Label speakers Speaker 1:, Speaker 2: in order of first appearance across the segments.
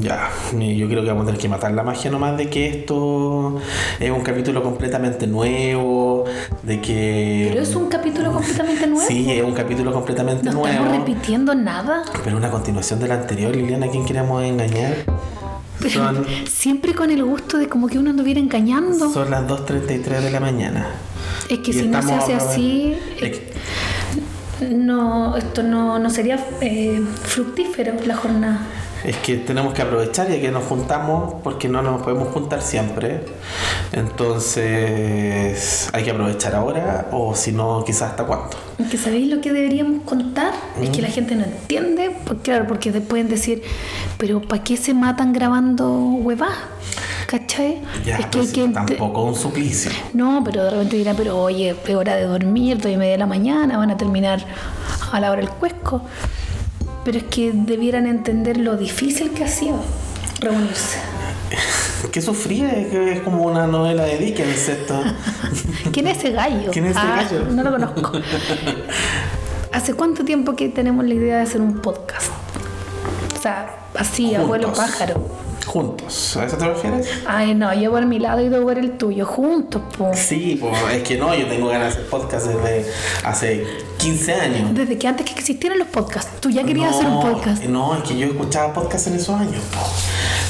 Speaker 1: Ya, y yo creo que vamos a tener que matar la magia nomás de que esto es un capítulo completamente nuevo, de que...
Speaker 2: Pero es un capítulo completamente nuevo.
Speaker 1: Sí, es un capítulo completamente
Speaker 2: No
Speaker 1: nuevo.
Speaker 2: estamos repitiendo nada.
Speaker 1: Pero una continuación del anterior, Liliana, ¿a quién queremos engañar? Son,
Speaker 2: Siempre con el gusto de como que uno anduviera engañando.
Speaker 1: son las 2.33 de la mañana.
Speaker 2: es que
Speaker 1: y
Speaker 2: si no se
Speaker 1: estamos
Speaker 2: hace
Speaker 1: hablando-
Speaker 2: así, eh,
Speaker 1: Es-
Speaker 2: no, esto no, no sería eh, fructífero la jornada.
Speaker 1: Es que tenemos que aprovechar ya que nos juntamos porque no nos podemos juntar siempre. Entonces hay que aprovechar ahora o si no, quizás hasta cuándo.
Speaker 2: Que sabéis lo que deberíamos contar es
Speaker 1: Mm.
Speaker 2: que la gente no entiende, pues, claro, porque después pueden decir, pero ¿para qué se matan grabando huevas? ¿Cachai?
Speaker 1: Ya,
Speaker 2: es que
Speaker 1: pues,
Speaker 2: hay que ente-
Speaker 1: tampoco un suplicio.
Speaker 2: No, pero de repente dirán, pero oye, es hora de dormir, dos y media de la mañana, van a terminar a la hora del cuesco. Pero es que debieran entender lo difícil que ha sido reunirse.
Speaker 1: ¿Qué sufría? Es que es como una novela de Dickens esto.
Speaker 2: ¿Quién es ese gallo?
Speaker 1: ¿Quién es ese
Speaker 2: Ah,
Speaker 1: gallo?
Speaker 2: No lo conozco. ¿Hace cuánto tiempo que tenemos la idea de hacer un podcast? O sea, así, abuelo
Speaker 1: Juntos.
Speaker 2: pájaro.
Speaker 1: Juntos. ¿A eso te refieres?
Speaker 2: Ay, no, yo por mi lado y tú por el tuyo, juntos, po.
Speaker 1: Sí, pues es que no, yo tengo ganas de hacer podcast desde hace 15 años.
Speaker 2: Desde que antes que existieran los podcasts, tú ya querías
Speaker 1: No,
Speaker 2: hacer un podcast.
Speaker 1: No, es que yo escuchaba podcasts en esos años. po.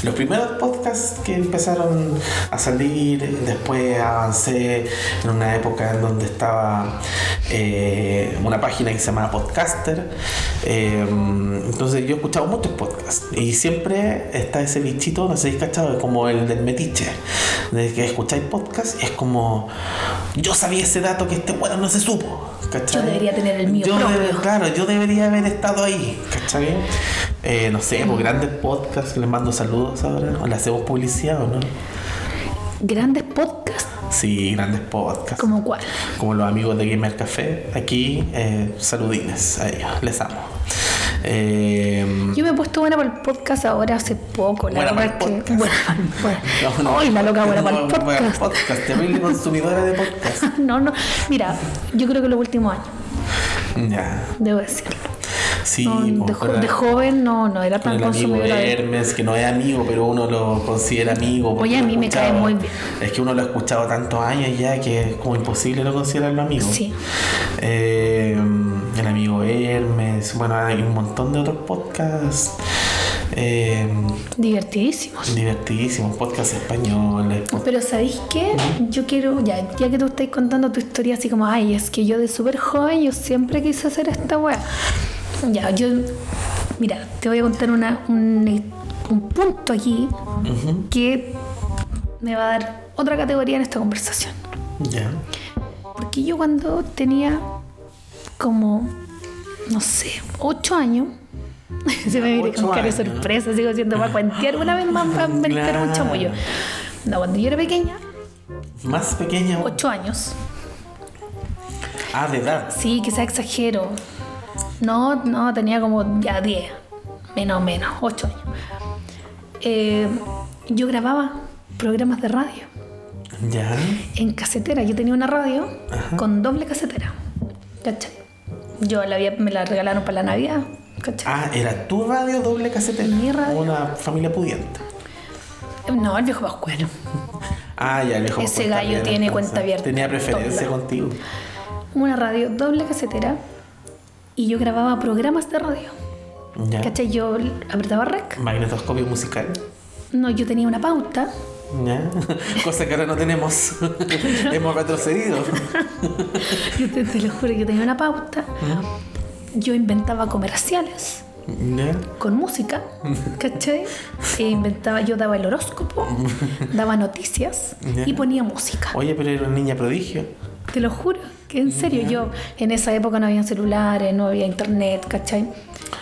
Speaker 1: Los primeros podcasts que empezaron a salir, después avancé en una época en donde estaba eh, una página que se llamaba Podcaster. Eh, entonces yo he escuchado muchos podcasts y siempre está ese bichito, no sé si cachado, como el del metiche. De que escucháis podcast es como, yo sabía ese dato que este bueno no se supo. ¿cachai?
Speaker 2: Yo debería tener el mío
Speaker 1: Yo
Speaker 2: propio.
Speaker 1: debe- Claro, yo debería haber estado ahí, ¿cachai? Eh, no sé, por grandes podcasts, les mando saludos ahora, o le hacemos publicidad o no.
Speaker 2: Grandes podcasts,
Speaker 1: Sí, grandes podcasts.
Speaker 2: como cuál.
Speaker 1: Como los amigos de Gamer Café, aquí, eh, saludines a ellos, les amo. Eh,
Speaker 2: Yo me he puesto buena para el podcast ahora hace poco, la
Speaker 1: Buena
Speaker 2: verdad
Speaker 1: pa'l
Speaker 2: es que.
Speaker 1: podcast.
Speaker 2: Buena, buena.
Speaker 1: no, no,
Speaker 2: Ay, la loca buena para
Speaker 1: no,
Speaker 2: el
Speaker 1: para el
Speaker 2: podcast.
Speaker 1: podcast, terrible consumidora de podcast.
Speaker 2: No, no. Mira, yo creo que los últimos años,
Speaker 1: Ya,
Speaker 2: debo decirlo.
Speaker 1: sí, pues,
Speaker 2: No,
Speaker 1: po,
Speaker 2: de, jo-
Speaker 1: con
Speaker 2: de
Speaker 1: el-
Speaker 2: joven no, no era
Speaker 1: con
Speaker 2: tan
Speaker 1: el amigo
Speaker 2: consumidora.
Speaker 1: de
Speaker 2: de-
Speaker 1: Hermes, que no es amigo, pero uno lo considera amigo. porque
Speaker 2: Oye, a
Speaker 1: lo
Speaker 2: mí me
Speaker 1: escuchaba.
Speaker 2: cae muy bien.
Speaker 1: Es que uno lo ha escuchado tantos años ya que es como imposible no considerarlo amigo.
Speaker 2: Sí.
Speaker 1: Eh, el amigo Hermes, bueno, hay un montón de otros podcasts. eh,
Speaker 2: Divertidísimos.
Speaker 1: divertidísimos, podcasts españoles. pod-
Speaker 2: Pero ¿sabéis qué? Yo quiero, ya, ya que tú estáis contando tu historia así como, ay, es que yo de súper joven, yo siempre quise hacer esta wea. Ya, yo, mira, te voy a contar una, un, un punto aquí
Speaker 1: Ujú,
Speaker 2: que me va a dar otra categoría en esta conversación.
Speaker 1: Ya.
Speaker 2: Porque yo cuando tenía como, no sé, ocho años, se me viene
Speaker 1: Ocho
Speaker 2: con cara de
Speaker 1: años.
Speaker 2: sorpresa, sigo siendo para cuentear una vez más para inventar
Speaker 1: Claro.
Speaker 2: un chamuyo. No, cuando yo era pequeña,
Speaker 1: Más pequeña.
Speaker 2: ocho años,
Speaker 1: Ah, de edad.
Speaker 2: sí, quizá exagero. No, no, tenía como ya diez, menos menos, ocho años. Eh, yo grababa programas de radio
Speaker 1: Ya.
Speaker 2: en casetera. Yo tenía una radio con doble casetera. ¿Cachai? Yo la había- me la regalaron para la Navidad. ¿Cachai?
Speaker 1: Ah, era tu radio doble casetera.
Speaker 2: Mi radio.
Speaker 1: Una familia pudiente.
Speaker 2: No, el viejo Pascuero.
Speaker 1: Ah, ya, lejos.
Speaker 2: Ese gallo tiene cuenta abierta.
Speaker 1: Tenía preferencia
Speaker 2: Tonta.
Speaker 1: contigo.
Speaker 2: Una radio doble casetera. Y yo grababa programas de radio.
Speaker 1: Ya.
Speaker 2: ¿Cachai? Yo apretaba rec.
Speaker 1: Magnetoscopio musical.
Speaker 2: No, yo tenía una pauta.
Speaker 1: Ya. Cosa que ahora no tenemos. Hemos retrocedido.
Speaker 2: Yo te, te lo juro, yo tenía una pauta. Yo inventaba comerciales
Speaker 1: Ya.
Speaker 2: con música. ¿Cachai? E inventaba, yo daba el horóscopo, daba noticias
Speaker 1: Ya. Oh.
Speaker 2: y ponía música.
Speaker 1: Oye, pero era una niña prodigio.
Speaker 2: Te lo juro, que en serio, yo en esa época no había celulares, no había internet, ¿cachai?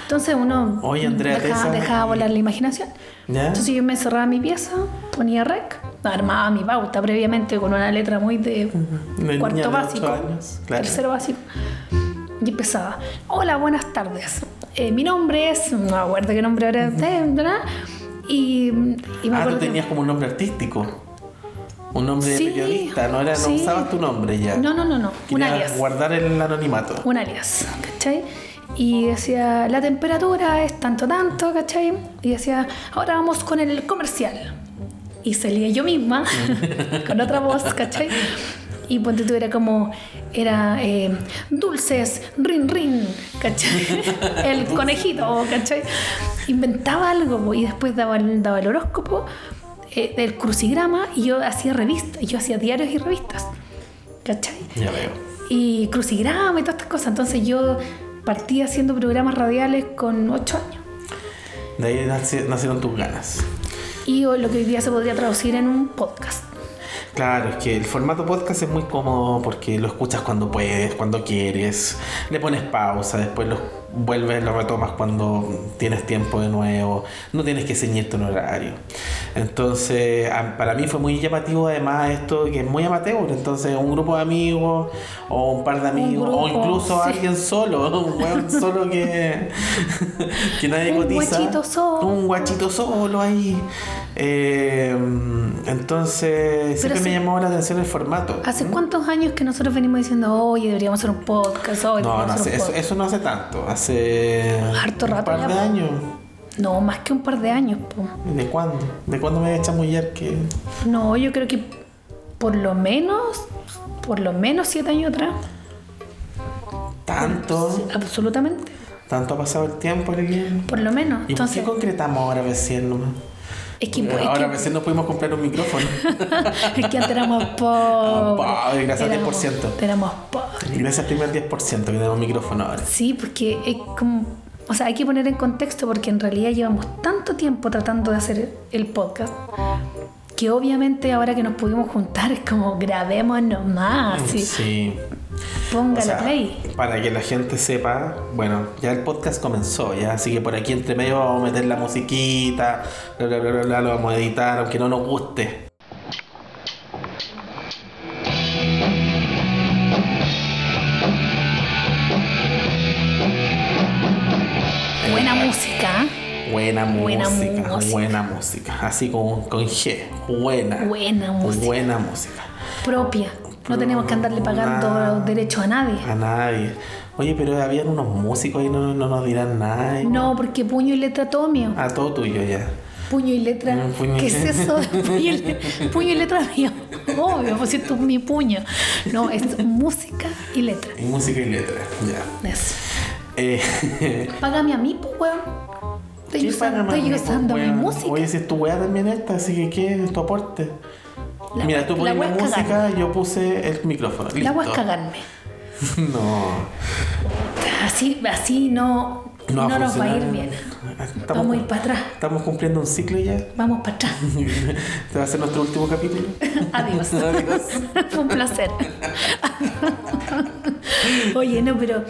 Speaker 2: Entonces uno
Speaker 1: Oye, Andrea, te
Speaker 2: dejaba,
Speaker 1: sabe-
Speaker 2: dejaba volar la imaginación.
Speaker 1: Ya.
Speaker 2: Entonces yo me encerraba en mi pieza, ponía rec, armaba mi pauta previamente con una letra muy de
Speaker 1: niña
Speaker 2: cuarto
Speaker 1: de ocho
Speaker 2: básico,
Speaker 1: años, claro.
Speaker 2: tercero básico. Y empezaba, hola, buenas tardes. Eh, mi nombre es, no me acuerdo qué nombre era, eh, ¿verdad? y, y me
Speaker 1: ah, tú
Speaker 2: acuerdo que-
Speaker 1: tenías como un nombre artístico. Un nombre
Speaker 2: Sí,
Speaker 1: de periodista. No, era, no
Speaker 2: sí.
Speaker 1: usabas tu nombre ya.
Speaker 2: No, no, no, no, un
Speaker 1: Querías
Speaker 2: alias.
Speaker 1: guardar el anonimato.
Speaker 2: un alias, ¿cachai? y decía, la temperatura es tanto, tanto, ¿cachai? Y decía, ahora vamos con el comercial. Y salía yo misma, con otra voz, ¿cachai? Y ponte tú era como, era eh, dulces, rin, rin, ¿cachai? El conejito, ¿cachai? Inventaba algo po, y después daba, el- daba el horóscopo, eh, el crucigrama y yo hacía revistas, yo hacía diarios y revistas, ¿cachai?
Speaker 1: Ya veo.
Speaker 2: y crucigrama y todas estas cosas. Entonces yo partí haciendo programas radiales con 8 años.
Speaker 1: De ahí naci- nacieron tus ganas.
Speaker 2: Y o- lo que hoy día se podría traducir en un podcast.
Speaker 1: Claro, es que el formato podcast es muy cómodo porque lo escuchas cuando puedes, cuando quieres, le pones pausa, después lo vuelves, lo retomas cuando tienes tiempo de nuevo, no tienes que ceñirte un horario. Entonces, a- para mí fue muy llamativo además esto que es muy amateur, entonces un grupo de amigos o un par de amigos o
Speaker 2: grupo,
Speaker 1: incluso
Speaker 2: sí.
Speaker 1: alguien solo, un weón solo que, que nadie
Speaker 2: Un
Speaker 1: cotiza.
Speaker 2: guachito solo.
Speaker 1: Un guachito solo ahí. Eh, entonces, siempre
Speaker 2: sí.
Speaker 1: me llamó la atención el formato.
Speaker 2: ¿Hace cuántos años que nosotros venimos diciendo, oye, deberíamos hacer un podcast? Oye,
Speaker 1: No,
Speaker 2: deberíamos
Speaker 1: no
Speaker 2: hacer
Speaker 1: hace-
Speaker 2: un
Speaker 1: eso,
Speaker 2: podcast"?
Speaker 1: eso no hace tanto. Hace.
Speaker 2: Harto
Speaker 1: un
Speaker 2: rato
Speaker 1: par
Speaker 2: ya,
Speaker 1: de
Speaker 2: po.
Speaker 1: años.
Speaker 2: No, más que un par de años. po.
Speaker 1: ¿De cuándo? ¿De cuándo me voy a chamullar que.?
Speaker 2: No, yo creo que por lo menos, por lo menos 7 años atrás.
Speaker 1: Tanto.
Speaker 2: Absolutamente.
Speaker 1: Tanto ha pasado el tiempo, Ariel.
Speaker 2: Por lo menos.
Speaker 1: ¿Y por qué
Speaker 2: Entonces,
Speaker 1: concretamos ahora recién nomás? Eh,
Speaker 2: es que, es
Speaker 1: ahora
Speaker 2: que-
Speaker 1: recién nos pudimos comprar un micrófono.
Speaker 2: es que antes éramos pobres.
Speaker 1: pobres, gracias al
Speaker 2: Éramos-
Speaker 1: 10%.
Speaker 2: Éramos pobres.
Speaker 1: Gracias al primer 10% que tenemos micrófono ahora.
Speaker 2: Sí, porque es como. O sea, hay que poner en contexto porque en realidad llevamos tanto tiempo tratando de hacer el podcast que obviamente ahora que nos pudimos juntar es como grabémonos más y
Speaker 1: sí. O
Speaker 2: póngale
Speaker 1: sea,
Speaker 2: play.
Speaker 1: Para que la gente sepa, bueno, ya el podcast comenzó, ya, así que por aquí entre medio vamos a meter la musiquita, bla bla bla bla, bla, lo vamos a editar, aunque no nos guste. eh,
Speaker 2: Buena música, ¿eh?
Speaker 1: Buena
Speaker 2: Buena
Speaker 1: música,
Speaker 2: música.
Speaker 1: buena música, así con, con G, buena,
Speaker 2: Buena música.
Speaker 1: buena música.
Speaker 2: propia. No tenemos que andarle pagando
Speaker 1: Nah.
Speaker 2: derechos a nadie.
Speaker 1: A nadie. Oye, pero habían unos músicos y no, no nos dirán nada. y-
Speaker 2: No, porque puño y letra todo mío.
Speaker 1: A todo tuyo ya.
Speaker 2: Puño y letra.
Speaker 1: Ah. Mm, puño y-
Speaker 2: ¿Qué es eso de puño y, le- puño y letra mío? Obvio, pues si esto es mi puño. No, es música y letra.
Speaker 1: Y música y letra, ya.
Speaker 2: Eso.
Speaker 1: Eh,
Speaker 2: Págame a mí, pues, weón. Estoy
Speaker 1: ¿Qué
Speaker 2: usando,
Speaker 1: paga,
Speaker 2: estoy
Speaker 1: mami,
Speaker 2: usando mi
Speaker 1: weón?
Speaker 2: música.
Speaker 1: Oye, si es tu weá también esta, así que ¿qué es tu aporte?
Speaker 2: La
Speaker 1: Mira,
Speaker 2: wea-
Speaker 1: tú
Speaker 2: la
Speaker 1: pones la,
Speaker 2: wea es
Speaker 1: música,
Speaker 2: cagarme.
Speaker 1: yo puse el micrófono.
Speaker 2: La
Speaker 1: Listo.
Speaker 2: agua es cagarme.
Speaker 1: No,
Speaker 2: Así, así no,
Speaker 1: no va
Speaker 2: no,
Speaker 1: a
Speaker 2: nos va a ir
Speaker 1: funcionar.
Speaker 2: bien.
Speaker 1: Estamos,
Speaker 2: Vamos a ir para atrás.
Speaker 1: estamos cumpliendo un ciclo ya.
Speaker 2: Vamos para atrás.
Speaker 1: Te va a ser nuestro último capítulo.
Speaker 2: Adiós.
Speaker 1: Adiós.
Speaker 2: Fue un placer. Oye, no, pero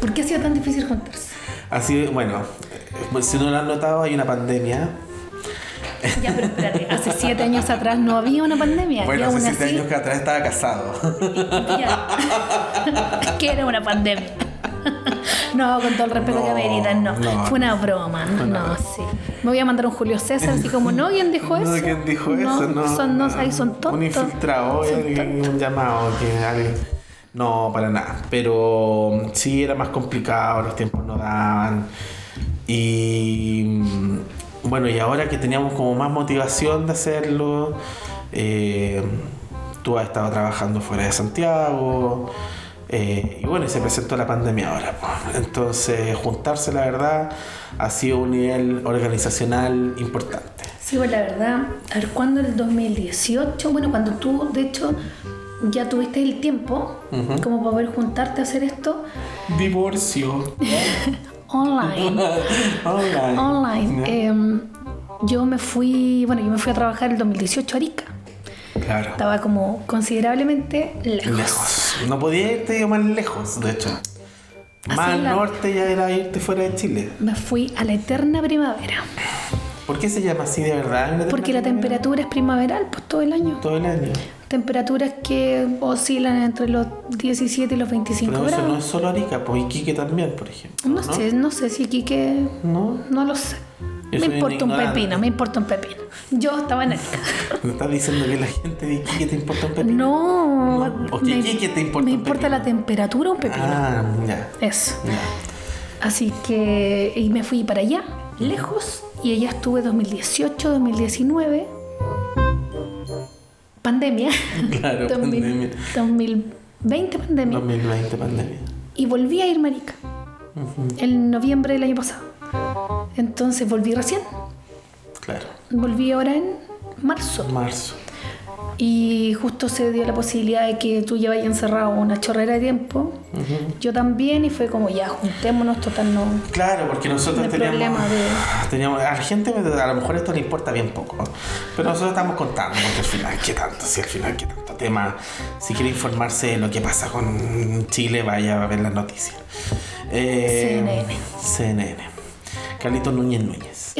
Speaker 2: ¿por qué ha sido tan difícil juntarse?
Speaker 1: Así, bueno, eh, si no lo han notado, hay una pandemia.
Speaker 2: Ya, pero espérate, hace siete años atrás no había una pandemia. y
Speaker 1: Bueno,
Speaker 2: aún
Speaker 1: hace siete
Speaker 2: así,
Speaker 1: años que atrás estaba casado.
Speaker 2: Ya. Es que era una pandemia. No, con todo el respeto que
Speaker 1: No,
Speaker 2: ameritan, no.
Speaker 1: no.
Speaker 2: Fue una broma,
Speaker 1: Fue una
Speaker 2: no,
Speaker 1: broma.
Speaker 2: sí. Me voy a mandar un Julio César, así como, no, ¿quién dijo eso?
Speaker 1: No, ¿quién dijo eso? No,
Speaker 2: son, no,
Speaker 1: no.
Speaker 2: ahí son tontos.
Speaker 1: Un infiltrado, eh,
Speaker 2: Son
Speaker 1: alguien-
Speaker 2: tontos.
Speaker 1: un llamado que alguien- No, para nada. Pero mm, sí era más complicado, los tiempos no daban. Y mm, bueno, y ahora que teníamos como más motivación de hacerlo, eh, tú has estado trabajando fuera de Santiago. eh, y bueno, y se presentó la pandemia ahora. po. Entonces, juntarse, la verdad, ha sido un nivel organizacional importante.
Speaker 2: Sí, pues la verdad, a ver, ¿cuándo el 2018? Bueno, cuando tú, de hecho, ya tuviste el tiempo
Speaker 1: Ujú.
Speaker 2: como para poder juntarte a hacer esto
Speaker 1: Divorcio.
Speaker 2: online.
Speaker 1: Online.
Speaker 2: Online. Em, yo me fui, bueno, yo me fui a trabajar el 2018 a Arica.
Speaker 1: claro.
Speaker 2: Estaba como considerablemente lejos.
Speaker 1: Lejos. No podía irte yo más lejos, de hecho. Más
Speaker 2: Así
Speaker 1: al
Speaker 2: la-
Speaker 1: norte ya era irte fuera de Chile.
Speaker 2: Me fui a la eterna primavera.
Speaker 1: ¿Por qué se llama así de verdad? ¿Una
Speaker 2: Porque la
Speaker 1: temperatura?
Speaker 2: temperatura es primaveral, pues todo el año.
Speaker 1: Todo el año.
Speaker 2: Temperaturas que oscilan entre los 17 y los 25
Speaker 1: Pero eso
Speaker 2: grados.
Speaker 1: no es solo Arica, pues Iquique también, por ejemplo.
Speaker 2: no, sé, no sé si Quique.
Speaker 1: ¿No?
Speaker 2: No lo sé.
Speaker 1: Yo
Speaker 2: me
Speaker 1: soy un
Speaker 2: importa un
Speaker 1: ignorante.
Speaker 2: pepino, me importa un pepino. Yo estaba en Arica.
Speaker 1: ¿Me estás diciendo que la gente de Iquique te importa un pepino?
Speaker 2: No.
Speaker 1: No, ¿o qué- qué- qué te importa
Speaker 2: me
Speaker 1: un
Speaker 2: importa
Speaker 1: pepino?
Speaker 2: la temperatura un pepino.
Speaker 1: Ah, ya.
Speaker 2: Eso.
Speaker 1: ya.
Speaker 2: Así que y me fui para allá, lejos, y allá estuve 2018, 2019, pandemia,
Speaker 1: Claro,
Speaker 2: 2000,
Speaker 1: pandemia.
Speaker 2: 2020 pandemia,
Speaker 1: 2020 pandemia.
Speaker 2: y volví a ir marica
Speaker 1: Ujú,
Speaker 2: en noviembre del año pasado. Entonces volví recién,
Speaker 1: Claro.
Speaker 2: volví ahora en marzo.
Speaker 1: Marzo.
Speaker 2: Y justo se dio la posibilidad de que tú llevas encerrado una chorrera de tiempo.
Speaker 1: Ujú.
Speaker 2: Yo también, y fue como ya, juntémonos, total, no.
Speaker 1: Claro, porque nosotros
Speaker 2: El
Speaker 1: teníamos, Ah,
Speaker 2: problema de-
Speaker 1: teníamos. A la gente a lo mejor esto le importa bien poco. Pero nosotros estamos contando, porque al final, ¿qué tanto? Si al final, ¿qué tanto tema? Si quiere informarse de lo que pasa con Chile, vaya a ver las noticias. Eh,
Speaker 2: CNN.
Speaker 1: CNN. Carlito Núñez Núñez.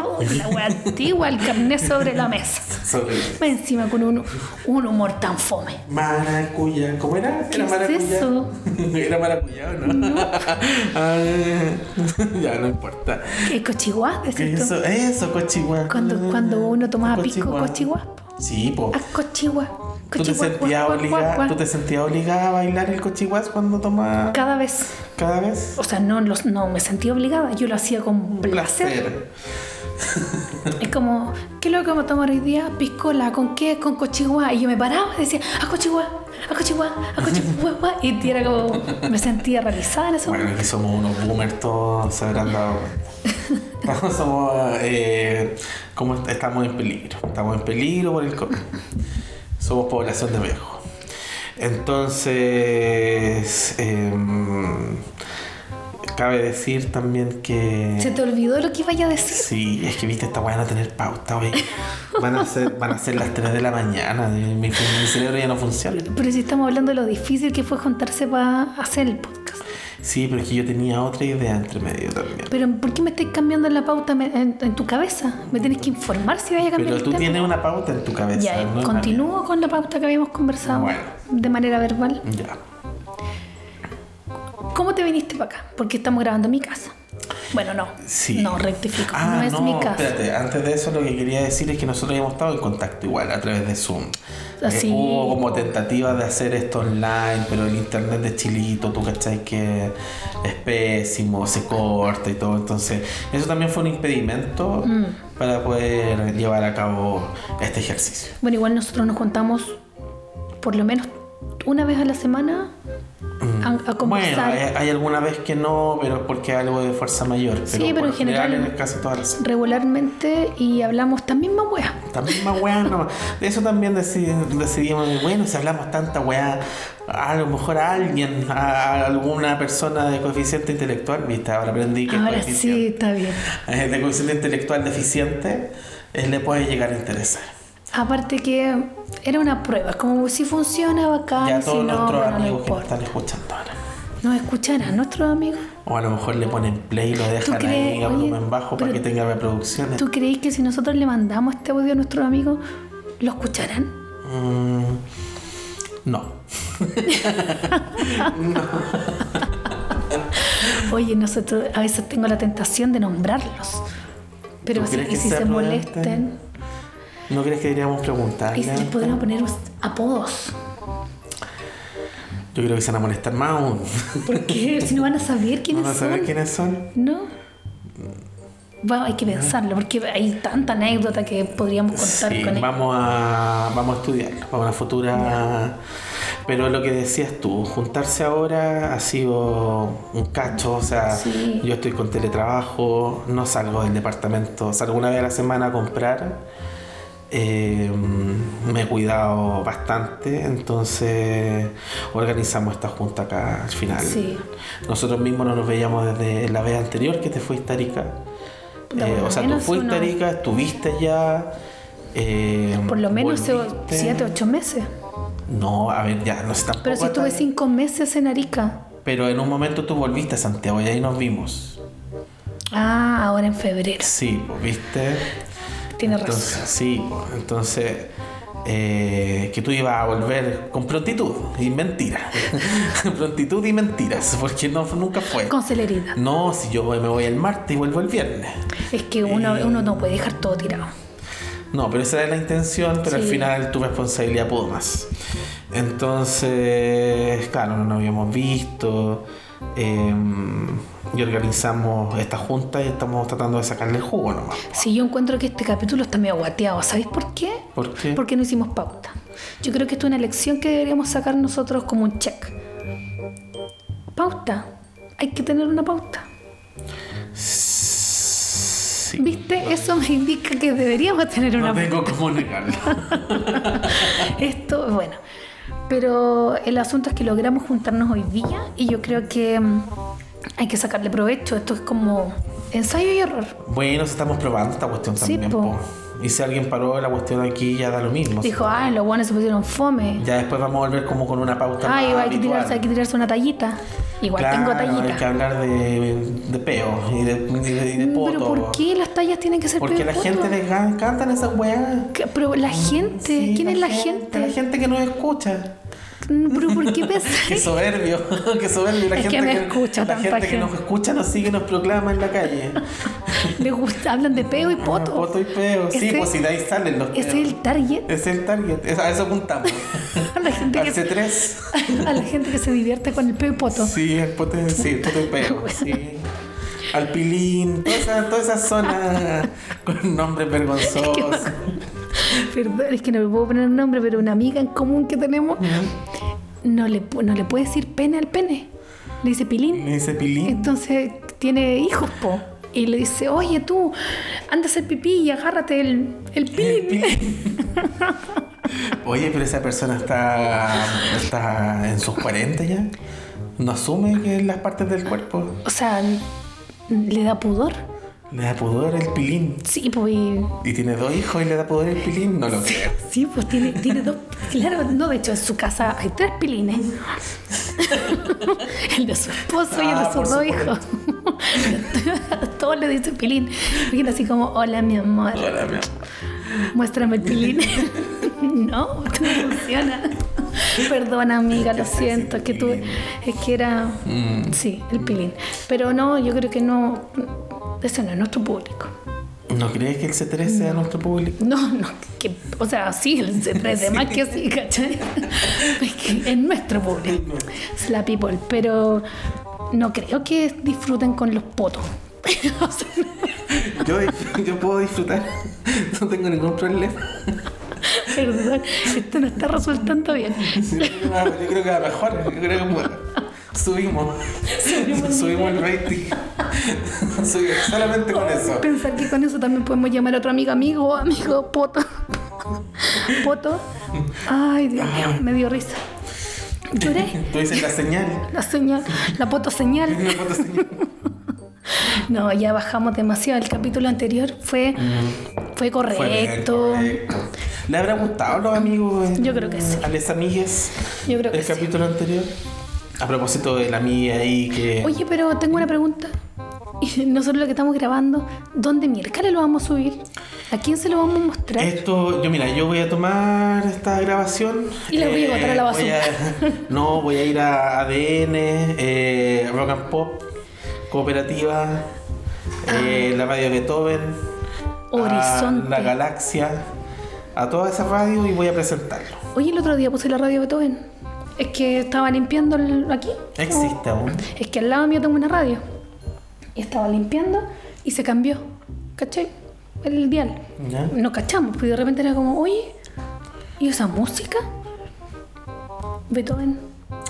Speaker 2: Oh, la wea antigua, el carnet sobre la mesa.
Speaker 1: Sobre
Speaker 2: Más Encima con un, un humor tan fome.
Speaker 1: Maracuya. ¿Cómo era?
Speaker 2: ¿Qué
Speaker 1: ¿Era
Speaker 2: es
Speaker 1: maracuyá?
Speaker 2: eso?
Speaker 1: ¿Era maracuyá o no? Ah, ya, no importa.
Speaker 2: ¿Qué cochiguá,
Speaker 1: ¿Qué
Speaker 2: decís tú?
Speaker 1: Eso, eso, cochiguá.
Speaker 2: Cuando, cuando uno tomaba pisco,
Speaker 1: Cochiguá.
Speaker 2: cochiguá. po.
Speaker 1: Sí, po.
Speaker 2: Ah, cochiguá.
Speaker 1: ¿Tú te,
Speaker 2: cochiguá,
Speaker 1: sentías
Speaker 2: guá, guá, guá,
Speaker 1: obligada,
Speaker 2: guá.
Speaker 1: ¿Tú te sentías obligada a bailar el cochiguás cuando tomabas
Speaker 2: Cada vez.
Speaker 1: cada vez?
Speaker 2: O sea, no, los, no me sentía obligada, yo lo hacía con placer. Es como, ¿qué es lo que vamos a tomar hoy día? Piscola, ¿con qué? Con cochigua. Y yo me paraba y decía, a cochigua, a cochigua, a cochigua. Y era como, me sentía realizada en eso.
Speaker 1: Bueno, aquí somos unos boomers todos, se habrán dado cuenta. Estamos, somos, eh, como est- estamos en peligro. Estamos en peligro por el COVID. Somos población de viejos. Entonces, em, cabe decir también que...
Speaker 2: Se te olvidó lo que iba a decir.
Speaker 1: Sí, es que viste, esta weá no tener pauta, wey. Van a ser, van a ser las 3 de la mañana. eh, Mi, mi cerebro ya no funciona.
Speaker 2: Pero si estamos hablando de lo difícil que fue juntarse para hacer el podcast.
Speaker 1: Sí, pero es que yo tenía otra idea entre medio también.
Speaker 2: Pero ¿por qué me estáis cambiando la pauta me- en, en tu cabeza? Me tienes que informar si vaya a cambiar
Speaker 1: Pero
Speaker 2: el
Speaker 1: tú
Speaker 2: tema.
Speaker 1: tienes una pauta en tu cabeza.
Speaker 2: Ya, eh,
Speaker 1: ¿no?
Speaker 2: continúo con la pauta que habíamos conversado
Speaker 1: Bueno.
Speaker 2: de manera verbal.
Speaker 1: Ya.
Speaker 2: ¿Cómo te viniste para acá? Porque estamos grabando en mi casa. Bueno, no.
Speaker 1: Sí.
Speaker 2: No, rectifico.
Speaker 1: Ah,
Speaker 2: no es mi casa.
Speaker 1: Espérate, antes de eso lo que quería decir es que nosotros habíamos estado en contacto igual a través de Zoom.
Speaker 2: Ah,
Speaker 1: Eh,
Speaker 2: sí.
Speaker 1: hubo como tentativas de hacer esto online, pero el internet de Chilito, tú cachai que es pésimo, se corta y todo. Entonces, eso también fue un impedimento
Speaker 2: Mm.
Speaker 1: para poder llevar a cabo este ejercicio.
Speaker 2: Bueno, igual nosotros nos juntamos por lo menos una vez a la semana a, a
Speaker 1: Mm. Bueno,
Speaker 2: conversar.
Speaker 1: hay, hay alguna vez que no, pero es porque hay algo de fuerza mayor. Pero
Speaker 2: Sí, pero
Speaker 1: por
Speaker 2: en
Speaker 1: lo general
Speaker 2: general-
Speaker 1: en casi todas las
Speaker 2: regularmente y hablamos también más weas.
Speaker 1: También más weá nomás. De eso también deci- decidimos, bueno, si hablamos tanta weá, a lo mejor a alguien, a alguna persona de coeficiente intelectual, viste, ahora aprendí que
Speaker 2: Ahora sí,
Speaker 1: coeficiente-
Speaker 2: está bien.
Speaker 1: eh, de coeficiente intelectual deficiente eh, le puede llegar a interesar.
Speaker 2: Aparte que era una prueba, como si funciona bacán,
Speaker 1: ya
Speaker 2: si
Speaker 1: todos
Speaker 2: no,
Speaker 1: nuestros
Speaker 2: bueno, no
Speaker 1: amigos que nos
Speaker 2: importa.
Speaker 1: están escuchando ahora.
Speaker 2: Nos escucharán nuestros amigos.
Speaker 1: O a lo mejor le ponen play y lo dejan
Speaker 2: crees?
Speaker 1: ahí a volumen
Speaker 2: Oye,
Speaker 1: bajo para
Speaker 2: pero-
Speaker 1: que tenga reproducciones.
Speaker 2: ¿Tú crees que si nosotros le mandamos este audio a nuestros amigos, lo escucharán?
Speaker 1: Mm, no.
Speaker 2: Oye, nosotros a veces tengo la tentación de nombrarlos. Pero
Speaker 1: ¿Tú
Speaker 2: si,
Speaker 1: crees
Speaker 2: y
Speaker 1: que
Speaker 2: si
Speaker 1: se
Speaker 2: se
Speaker 1: arrepienten?
Speaker 2: molesten,
Speaker 1: ¿No crees que deberíamos preguntarle?
Speaker 2: y si les podríamos poner apodos.
Speaker 1: Yo creo que se van a molestar más aún.
Speaker 2: Porque si no van a saber quiénes
Speaker 1: Vamos a
Speaker 2: son.
Speaker 1: saber quiénes son.
Speaker 2: No. Bueno, hay que pensarlo, porque hay tanta anécdota que podríamos contar
Speaker 1: Sí,
Speaker 2: con él.
Speaker 1: vamos a, vamos a estudiarlo para una futura. Pero lo que decías tú, juntarse ahora ha sido un cacho. O sea,
Speaker 2: Sí.
Speaker 1: yo estoy con teletrabajo, no salgo del departamento, salgo una vez a la semana a comprar. Eh, me he cuidado bastante, entonces organizamos esta junta acá al final.
Speaker 2: Sí.
Speaker 1: Nosotros mismos no nos veíamos desde la vez anterior que te fuiste a Arica.
Speaker 2: Puta,
Speaker 1: Eh,
Speaker 2: por
Speaker 1: o
Speaker 2: lo
Speaker 1: sea, tú
Speaker 2: menos
Speaker 1: fuiste
Speaker 2: uno-
Speaker 1: a Arica, estuviste allá. eh,
Speaker 2: Por lo menos hace
Speaker 1: volviste.
Speaker 2: 7, 8 meses.
Speaker 1: No, a ver, ya, no sé tampoco.
Speaker 2: Pero si estuve
Speaker 1: tan-
Speaker 2: 5 meses en Arica.
Speaker 1: Pero en un momento tú volviste a Santiago y ahí nos vimos.
Speaker 2: Ah, ahora en febrero.
Speaker 1: Sí, pues, viste.
Speaker 2: Tienes
Speaker 1: Entonces,
Speaker 2: razón.
Speaker 1: sí, pues, entonces. eh, que tú ibas a volver con prontitud y mentiras. prontitud y mentiras, porque no, nunca fue.
Speaker 2: Con celeridad.
Speaker 1: No, si yo voy- me voy el martes y vuelvo el viernes.
Speaker 2: Es que uno, uno no puede dejar todo tirado.
Speaker 1: No, pero esa era la intención, pero al
Speaker 2: Sí.
Speaker 1: final tu responsabilidad pudo más. Entonces, claro, no nos habíamos visto. eh, y organizamos esta junta y estamos tratando de sacarle el jugo nomás.
Speaker 2: Si yo encuentro que este capítulo está medio guateado, ¿sabéis por qué?
Speaker 1: ¿Por qué?
Speaker 2: Porque no hicimos pauta. Yo creo que esto es una lección que deberíamos sacar nosotros como un check. Pauta. Hay que tener una pauta.
Speaker 1: Sí.
Speaker 2: ¿Viste? Eso me indica que deberíamos tener una
Speaker 1: No
Speaker 2: pauta.
Speaker 1: tengo cómo negarlo.
Speaker 2: Esto, bueno. Pero el asunto es que logramos juntarnos hoy día y yo creo que mm, hay que sacarle provecho. Esto es como ensayo y error.
Speaker 1: bueno, si estamos probando esta cuestión
Speaker 2: Sí,
Speaker 1: también.
Speaker 2: po.
Speaker 1: po. Y si alguien paró la cuestión aquí, ya da lo mismo.
Speaker 2: Dijo, ah, los guanes se pusieron fome.
Speaker 1: Ya después vamos a volver como con una pauta.
Speaker 2: Ay,
Speaker 1: más
Speaker 2: hay que, tirarse, hay
Speaker 1: habitual.
Speaker 2: que tirarse una tallita. Igual tengo
Speaker 1: Claro,
Speaker 2: tallita.
Speaker 1: Hay que hablar de, de peo y de, y de- y de poto.
Speaker 2: Mm, Pero ¿por qué las tallas tienen que ser
Speaker 1: Porque la
Speaker 2: peor
Speaker 1: gente
Speaker 2: foto?
Speaker 1: le encanta esas weas.
Speaker 2: ¿Qué? Pero la gente,
Speaker 1: Sí,
Speaker 2: ¿quién es la
Speaker 1: La
Speaker 2: gente? Mm,
Speaker 1: gente que nos escucha.
Speaker 2: Pero ¿por qué
Speaker 1: Qué
Speaker 2: pensar?
Speaker 1: soberbio, qué soberbio. La
Speaker 2: Es que
Speaker 1: gente
Speaker 2: me escucha
Speaker 1: la
Speaker 2: tanta
Speaker 1: gente que
Speaker 2: gente.
Speaker 1: nos escucha nos sigue, nos proclama en la calle.
Speaker 2: Les gusta, hablan de peo y
Speaker 1: Ah,
Speaker 2: poto.
Speaker 1: Poto y peo. Sí,
Speaker 2: Ese-
Speaker 1: pues si de ahí salen los
Speaker 2: Ese es
Speaker 1: peos.
Speaker 2: el target.
Speaker 1: Es el target. Es- A eso apuntamos.
Speaker 2: A la gente
Speaker 1: Al
Speaker 2: que, se-
Speaker 1: C3.
Speaker 2: a la gente que se divierte con el peo y poto.
Speaker 1: Sí, el poto, sí, el poto y peo. Sí. Al pilín. Toda esa, toda esa zona con nombres vergonzosos.
Speaker 2: Perdón, es que no le puedo poner nombre, pero una amiga en común que tenemos no le, pu- no le puede decir pene al pene. Le dice pilín.
Speaker 1: Me dice
Speaker 2: Mm.
Speaker 1: pilín.
Speaker 2: Entonces tiene hijos, po. Y le dice, oye tú, anda a hacer pipí y agárrate el, el
Speaker 1: El
Speaker 2: pin.
Speaker 1: pilín. Oye, pero esa persona está, está en sus 40 ya. No asume que es las partes del cuerpo.
Speaker 2: O sea, n- le da pudor.
Speaker 1: Le da pudor el pilín.
Speaker 2: Sí, pues, y-
Speaker 1: Y tiene dos hijos y le da pudor el pilín. No lo creo.
Speaker 2: sí, pues tiene, tiene dos. Claro, no, de hecho, en su casa hay tres pilines. el de su esposo y el
Speaker 1: Ah,
Speaker 2: de
Speaker 1: por
Speaker 2: sus dos hijos. Todos le dicen pilín. Imagina así como, hola mi amor,
Speaker 1: Ahora, mi amor.
Speaker 2: muéstrame el pilín. no, esto no funciona. Perdona amiga, lo
Speaker 1: sexy
Speaker 2: siento, es que tuve,
Speaker 1: pilín.
Speaker 2: es que era,
Speaker 1: Mm.
Speaker 2: sí, el pilín. Pero no, yo creo que no, ese no es nuestro público.
Speaker 1: ¿No crees que el C3 sea nuestro público?
Speaker 2: No, no, que, o sea, sí, el C3 de más que sí, ¿cachai? Es que es nuestro público, es la people, pero no creo que disfruten con los potos. O sea,
Speaker 1: Yo, yo puedo disfrutar. No tengo ningún problema.
Speaker 2: perdón, esto no está resultando bien.
Speaker 1: Sí, ah, yo creo que va mejor. Yo creo que bueno, subimos.
Speaker 2: Subimos el
Speaker 1: Subimos el rating. Subimos solamente con eso.
Speaker 2: Oh, Pensar que con eso también podemos llamar a otro amigo, amigo, amigo, poto. Poto. Ay, Dios mío, me dio risa. Lloré.
Speaker 1: Tú dices la señal.
Speaker 2: La señal, la poto señal.
Speaker 1: Una foto señal.
Speaker 2: No, ya bajamos demasiado. El capítulo anterior fue, fue
Speaker 1: Fue bien,
Speaker 2: correcto.
Speaker 1: correcto. ¿Le habrá gustado a los amigos? eh,
Speaker 2: Yo creo que sí.
Speaker 1: A las amigues.
Speaker 2: Yo creo que
Speaker 1: El
Speaker 2: sí.
Speaker 1: capítulo anterior. A propósito de la amiga ahí que.
Speaker 2: Oye, pero tengo una pregunta. Y Nosotros lo que estamos grabando, ¿dónde miércoles lo vamos a subir? ¿A quién se lo vamos a mostrar?
Speaker 1: Esto, yo mira, yo voy a tomar esta grabación. eh,
Speaker 2: Y la voy a botar a la basura.
Speaker 1: voy a- no, voy a ir a ADN, eh, Rock and Pop, Cooperativa, eh, la radio Beethoven, a
Speaker 2: Ah. Horizonte.
Speaker 1: La Galaxia, a todas esas radios y voy a presentarlo.
Speaker 2: Oye, el otro día puse la radio Beethoven. Es que estaba limpiando el- aquí. Oh.
Speaker 1: Existe aún.
Speaker 2: Es que al lado mío tengo una radio. Y estaba limpiando y se cambió. ¿Cachai? El dial.
Speaker 1: ¿ya?
Speaker 2: No cachamos, pero de repente era como, oye, ¿y esa música? Beethoven.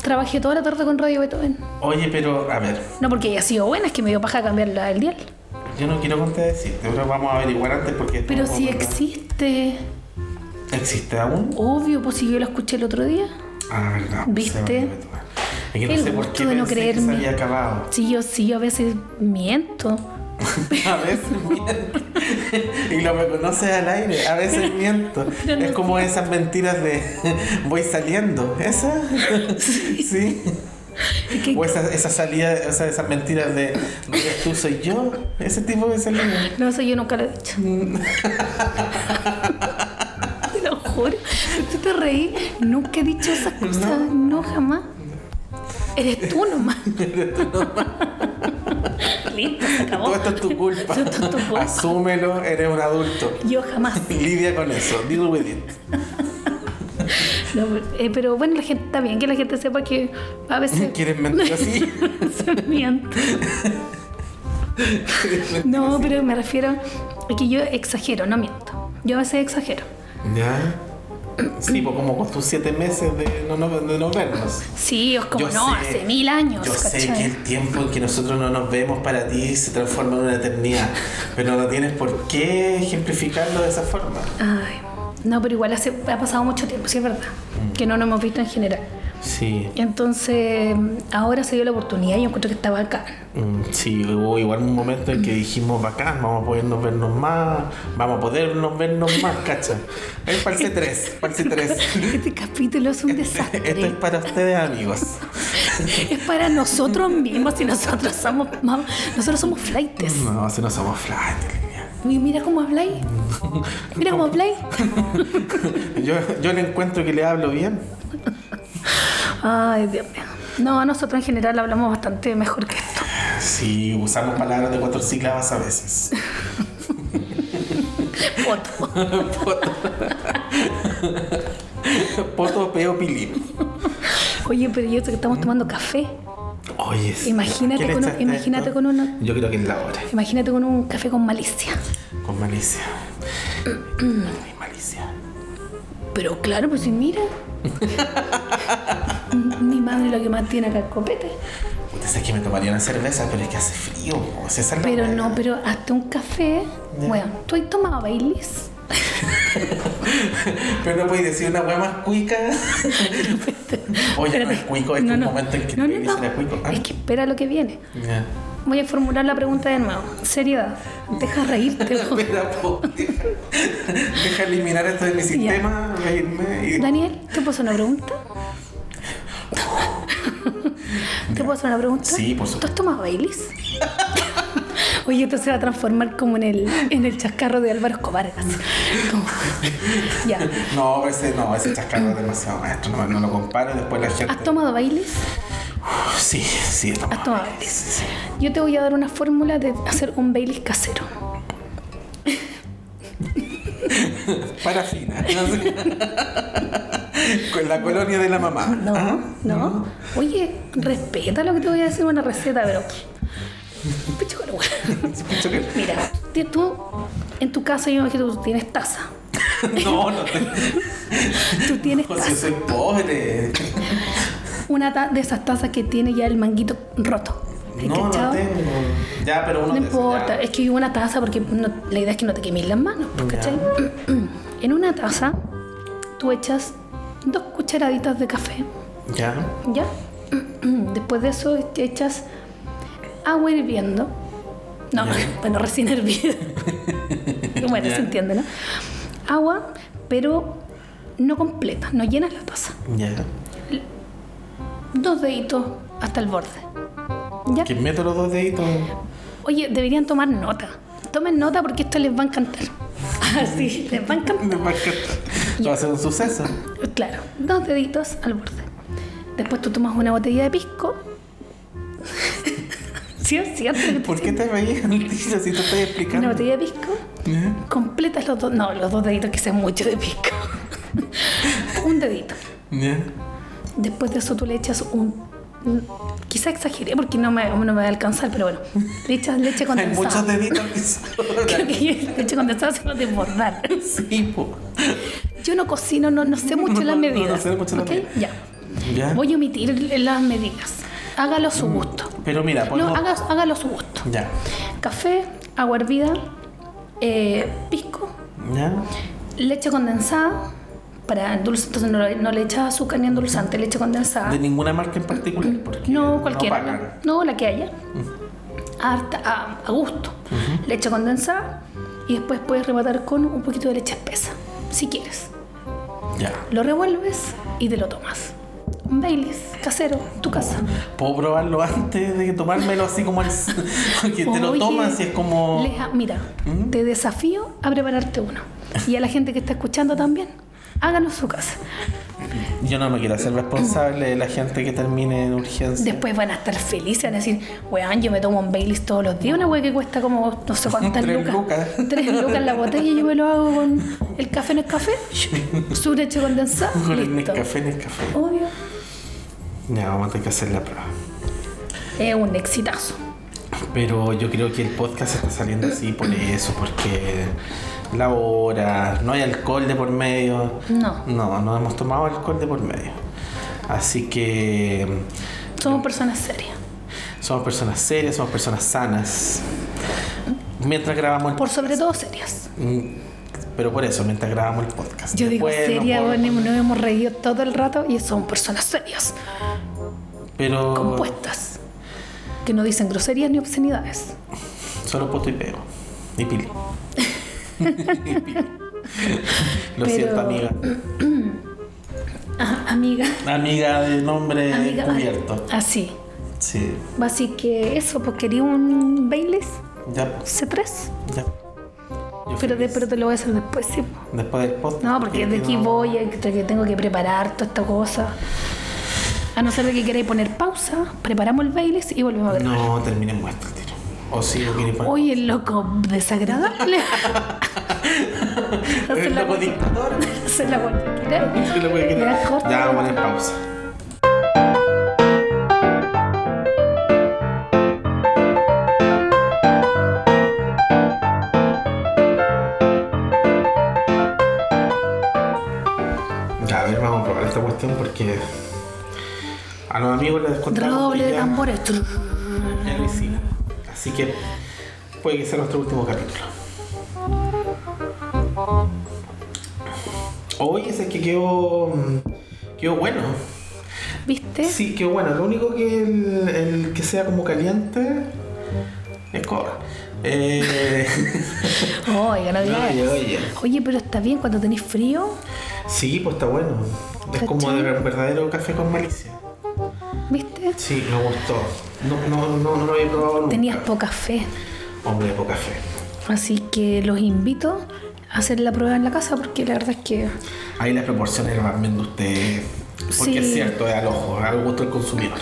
Speaker 2: Trabajé toda la tarde con Radio Beethoven.
Speaker 1: Oye, pero a ver,
Speaker 2: No porque haya sido buena, es que me dio paja cambiar la del dial.
Speaker 1: yo no quiero contradecirte, pero vamos a averiguar antes porque.
Speaker 2: Pero
Speaker 1: no-
Speaker 2: si
Speaker 1: no-
Speaker 2: existe,
Speaker 1: ¿Existe aún?
Speaker 2: obvio, pues si yo la escuché el otro día.
Speaker 1: Ah, verdad.
Speaker 2: ¿Viste?
Speaker 1: se me olvidó. Es que no
Speaker 2: El
Speaker 1: sé por
Speaker 2: gusto
Speaker 1: qué
Speaker 2: de no
Speaker 1: pensé que se
Speaker 2: creerme.
Speaker 1: había acabado.
Speaker 2: Si yo, si yo a veces miento.
Speaker 1: A veces miento. Y lo reconoces al aire. A veces miento.
Speaker 2: Pero no
Speaker 1: es como esas mentiras de voy saliendo. ¿Esa? Sí.
Speaker 2: Es que-
Speaker 1: O esa, esa salida, o sea, esas mentiras de no eres tú, soy yo. Ese tipo de salida.
Speaker 2: No, eso yo nunca lo he dicho.
Speaker 1: Mm.
Speaker 2: Te lo juro. Tú te reí. Nunca he dicho esas cosas. No, jamás. Eres tú nomás. Listo, se acabó.
Speaker 1: Todo esto es tu culpa.
Speaker 2: Todo esto es tu culpa.
Speaker 1: Asúmelo, eres un adulto.
Speaker 2: Yo jamás.
Speaker 1: Lidia con eso. Deal with it.
Speaker 2: No, eh, pero bueno, la gente está bien que la gente sepa que a veces.
Speaker 1: ¿Quieren mentir así?
Speaker 2: se miente. No, pero me refiero a que yo exagero, no miento. Yo a veces exagero.
Speaker 1: ¿Ya? Sí, pues como con tus siete meses de no, no- de no vernos.
Speaker 2: Sí, es como
Speaker 1: Yo
Speaker 2: no,
Speaker 1: sé-
Speaker 2: hace mil años.
Speaker 1: Yo sé
Speaker 2: ¿cachai?
Speaker 1: que el tiempo en que nosotros no nos vemos para ti se transforma en una eternidad, pero no tienes por qué ejemplificarlo de esa forma.
Speaker 2: Ay, no, pero igual hace- ha pasado mucho tiempo, sí es verdad.
Speaker 1: Mm.
Speaker 2: Que no nos hemos visto en general.
Speaker 1: Sí,
Speaker 2: Entonces, ahora se dio la oportunidad y yo encuentro que está bacán.
Speaker 1: mm, sí, hubo igual un momento en que dijimos, bacán, vamos a podernos vernos más, vamos a podernos vernos más, cacha. Es parte 3, parte 3.
Speaker 2: Este capítulo es un desastre.
Speaker 1: Esto es para ustedes, amigos.
Speaker 2: Es para nosotros mismos y nosotros somos mam- nosotros somos flightes.
Speaker 1: No, si no somos flight, niña.
Speaker 2: Y mira cómo habláis. Mira cómo habláis.
Speaker 1: Yo, yo le encuentro que le hablo bien.
Speaker 2: Ay, Dios mío. No, nosotros en general hablamos bastante mejor que esto.
Speaker 1: Sí, usamos palabras de cuatro sílabas a veces.
Speaker 2: Foto.
Speaker 1: Poto, peo, pilín.
Speaker 2: Oye, pero yo sé que estamos tomando café.
Speaker 1: Oye, sí.
Speaker 2: Imagínate
Speaker 1: ¿Qué le
Speaker 2: con un-
Speaker 1: echaste a
Speaker 2: imagínate
Speaker 1: esto?
Speaker 2: con una-
Speaker 1: Yo creo que es la hora.
Speaker 2: Imagínate con un café con malicia.
Speaker 1: Con malicia. Ay, malicia.
Speaker 2: Pero claro, pues si mira. Mi madre lo que más tiene acá es copete.
Speaker 1: Usted sabe que me tomaría una cerveza, pero es que hace frío. o sea, esa es la
Speaker 2: Pero
Speaker 1: hora.
Speaker 2: no, pero hasta un café.
Speaker 1: Ya.
Speaker 2: Bueno, ¿tú has tomado Baileys?
Speaker 1: Pero no podéis decir una hueá más cuica. Oye, no es cuico, es que un momento en que
Speaker 2: no,
Speaker 1: te
Speaker 2: no,
Speaker 1: dicen
Speaker 2: no.
Speaker 1: era cuico. Ah.
Speaker 2: Es que espera lo que viene.
Speaker 1: Ya.
Speaker 2: Voy a formular la pregunta de nuevo. Seriedad. Deja reírte. po.
Speaker 1: Espera, po. Deja eliminar esto de mi sistema, reírme y.
Speaker 2: Daniel, ¿te puedo hacer una pregunta? ¿Te puedo hacer una pregunta?
Speaker 1: Sí, por supuesto.
Speaker 2: ¿Tú has tomado Baileys? Oye, esto se va a transformar como en el, en el chascarro de Álvaro Escobar. así. Como- ya.
Speaker 1: No, ese no, ese chascarro es demasiado maestro, no, no lo comparo después la gente.
Speaker 2: ¿Has tomado Baileys?
Speaker 1: Sí, sí, he tomado.
Speaker 2: Has tomado
Speaker 1: Baileys,
Speaker 2: Baileys.
Speaker 1: sí, sí.
Speaker 2: Yo te voy a dar una fórmula de hacer un Baileys casero.
Speaker 1: Parafina. Con la colonia de la mamá.
Speaker 2: No,
Speaker 1: Ajá.
Speaker 2: no. Oye, respeta lo que te voy a decir una receta, pero. Picho con la hueá.
Speaker 1: Escucho que-
Speaker 2: Mira, ti- tú en tu casa yo imagino que tú tienes taza.
Speaker 1: No, no te.
Speaker 2: Tú tienes
Speaker 1: no, si yo
Speaker 2: taza.
Speaker 1: soy pobre.
Speaker 2: Una ta- de esas tazas que tiene ya el manguito roto.
Speaker 1: No, no
Speaker 2: ¿Cachado?
Speaker 1: tengo. Ya, pero uno
Speaker 2: No
Speaker 1: de esos,
Speaker 2: importa,
Speaker 1: ya.
Speaker 2: es que yo una taza porque no- la idea es que no te quemes las manos, pues,
Speaker 1: Ya.
Speaker 2: ¿cachai? En una taza tú echas dos cucharaditas de café,
Speaker 1: Ya.
Speaker 2: ¿ya? Después de eso te echas agua hirviendo. No,
Speaker 1: Ya.
Speaker 2: bueno, recién hervida. bueno,
Speaker 1: Ya.
Speaker 2: se entiende, ¿no? Agua, pero no completa, no llenas la taza.
Speaker 1: Ya.
Speaker 2: Dos deditos hasta el borde. ¿Ya?
Speaker 1: Que meto los dos deditos.
Speaker 2: Oye, deberían tomar nota. Tomen nota porque esto les va a encantar. Así, Ah, les va a encantar.
Speaker 1: Me va a encantar. Va a ser un suceso.
Speaker 2: Claro, dos deditos al borde. Después tú tomas una botella de pisco. ¿Sí es cierto? que te
Speaker 1: ¿Por qué
Speaker 2: estoy-
Speaker 1: te veías en el tiro si te estoy
Speaker 2: Una
Speaker 1: explicando?
Speaker 2: botella de pisco.
Speaker 1: ¿Eh?
Speaker 2: Completas los dos. No, los dos deditos que sean mucho de pisco. Un dedito.
Speaker 1: Ya.
Speaker 2: Después de eso tú le echas un. Quizá exageré porque no me, no me va a alcanzar, pero bueno. Le echas leche
Speaker 1: Hay
Speaker 2: condensada.
Speaker 1: muchos deditos que sobran.
Speaker 2: Creo que leche condensada se va a desbordar.
Speaker 1: Sí, po.
Speaker 2: Yo no cocino, no, no sé mucho las
Speaker 1: No, no
Speaker 2: medidas.
Speaker 1: sé mucho las
Speaker 2: ¿ok?
Speaker 1: medidas.
Speaker 2: Ya.
Speaker 1: Ya.
Speaker 2: Voy a omitir las medidas. Hágalo a su gusto.
Speaker 1: Pero mira,
Speaker 2: No,
Speaker 1: pongo.
Speaker 2: haga- hágalo a su gusto.
Speaker 1: Ya.
Speaker 2: Café, agua hervida, eh, pisco,
Speaker 1: Ya.
Speaker 2: leche condensada. Para endulzar, entonces no, le- no le echas azúcar ni endulzante, leche condensada.
Speaker 1: De ninguna marca en particular. Porque
Speaker 2: Ah. Mm, No, cualquiera. No,
Speaker 1: pagan.
Speaker 2: No, la que haya. Harta- a, a gusto. Leche condensada y después puedes rematar con un poquito de leche espesa, si quieres.
Speaker 1: Ya.
Speaker 2: Lo revuelves y te lo tomas. Un Baileys, casero, tu casa.
Speaker 1: ¿Puedo probarlo antes de tomármelo así como el. que te lo
Speaker 2: Oye,
Speaker 1: tomas y es como.
Speaker 2: Leja, mira,
Speaker 1: Mm.
Speaker 2: te desafío a prepararte uno. Y a la gente que está escuchando también, háganos su casa.
Speaker 1: Yo no me quiero hacer responsable de la gente que termine en urgencia.
Speaker 2: Después van a estar felices, van a decir, weón, yo me tomo un Baileys todos los días, una weá que cuesta como no sé cuántas
Speaker 1: Tres
Speaker 2: lucas.
Speaker 1: lucas.
Speaker 2: Tres lucas la botella, yo me lo hago con el café en el café, su leche condensada.
Speaker 1: Con el
Speaker 2: listo.
Speaker 1: Nescafé, Nescafé.
Speaker 2: Obvio.
Speaker 1: Ya, vamos a tener que hacer la prueba.
Speaker 2: Es un exitazo.
Speaker 1: Pero yo creo que el podcast está saliendo así por eso, porque la hora, no hay alcohol de por medio.
Speaker 2: No.
Speaker 1: No, no hemos tomado alcohol de por medio. Así que mm,
Speaker 2: Somos personas serias.
Speaker 1: somos personas serias, somos personas sanas. Mientras grabamos el
Speaker 2: Por sobre todo serias.
Speaker 1: Mm, Pero por eso, mientras grabamos el podcast.
Speaker 2: Yo digo
Speaker 1: Después no
Speaker 2: seria,
Speaker 1: puedo-
Speaker 2: bueno, nos hemos reído todo el rato y son personas serias,
Speaker 1: Pero
Speaker 2: compuestas, que no dicen groserías ni obscenidades.
Speaker 1: solo poto y pego. Y pili. Y pili. Lo
Speaker 2: Pero-
Speaker 1: siento, amiga.
Speaker 2: Ah, amiga.
Speaker 1: Amiga de nombre
Speaker 2: Amiga.
Speaker 1: encubierto.
Speaker 2: Así.
Speaker 1: Sí.
Speaker 2: Así que eso, pues quería un Baileys
Speaker 1: Ya, pues,
Speaker 2: C3.
Speaker 1: ya. Yo
Speaker 2: Pero, de-
Speaker 1: feliz.
Speaker 2: pero te lo voy a hacer después, sí. po.
Speaker 1: Después del podcast.
Speaker 2: No, porque de aquí
Speaker 1: no-
Speaker 2: voy, entre que tengo que preparar toda esta cosa. A no ser de que queráis poner pausa, preparamos el Baileys y volvemos a grabar.
Speaker 1: No, terminemos esto el tiro. O si lo quieren poner.
Speaker 2: Oye, loco, desagradable.
Speaker 1: El
Speaker 2: Hacer la
Speaker 1: loco
Speaker 2: guay-
Speaker 1: dictador.
Speaker 2: hacer la guay que queráis.
Speaker 1: Se lo puede creer.
Speaker 2: Ya, corta.
Speaker 1: Ya, vamos a poner pausa. Ya, a ver, vamos a probar esta cuestión porque a los amigos les descontamos.
Speaker 2: Redoble
Speaker 1: que
Speaker 2: de
Speaker 1: ya-
Speaker 2: tambores.
Speaker 1: ya lo hicimos. Así que puede que sea nuestro último capítulo. Oye, ese que quedó, mm, quedó bueno.
Speaker 2: ¿Viste?
Speaker 1: Sí, quedó bueno. Lo único que el, el que sea como caliente es cobra. Eh,
Speaker 2: Oiga, no digas.
Speaker 1: oye, oye.
Speaker 2: Oye, pero está bien cuando tenéis frío.
Speaker 1: Sí, pues está bueno. Es como de ver- verdadero café con malicia.
Speaker 2: ¿Viste?
Speaker 1: Sí, me gustó. No, no, no, no lo había probado nunca.
Speaker 2: Tenías poca fe.
Speaker 1: Hombre, poca fe.
Speaker 2: Así que los invito a hacer la prueba en la casa porque la verdad es que
Speaker 1: Ahí las proporciones las van viendo ustedes. Porque
Speaker 2: Sí.
Speaker 1: es cierto, es al ojo, al gusto del consumidor.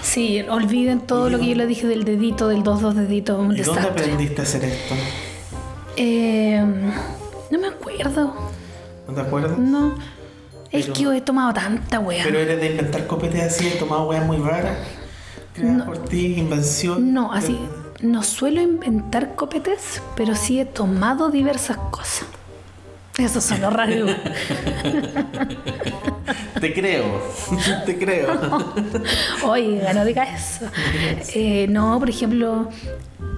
Speaker 2: sí, olviden todo lo que yo les dije del dedito, del dos dos deditos, un
Speaker 1: ¿Y dónde
Speaker 2: desastre.
Speaker 1: aprendiste a hacer esto?
Speaker 2: Eh, no me acuerdo.
Speaker 1: ¿No te acuerdas?
Speaker 2: No. es
Speaker 1: Pero-
Speaker 2: que yo he tomado tanta wea.
Speaker 1: Pero eres de inventar copetes así, he tomado weas muy raras. Creadas por ti, invención.
Speaker 2: no, así. No suelo inventar copetes, pero sí he tomado diversas cosas. Eso sonó raro.
Speaker 1: Te creo, te creo.
Speaker 2: Oiga, no digas eso. Eh, no, por ejemplo,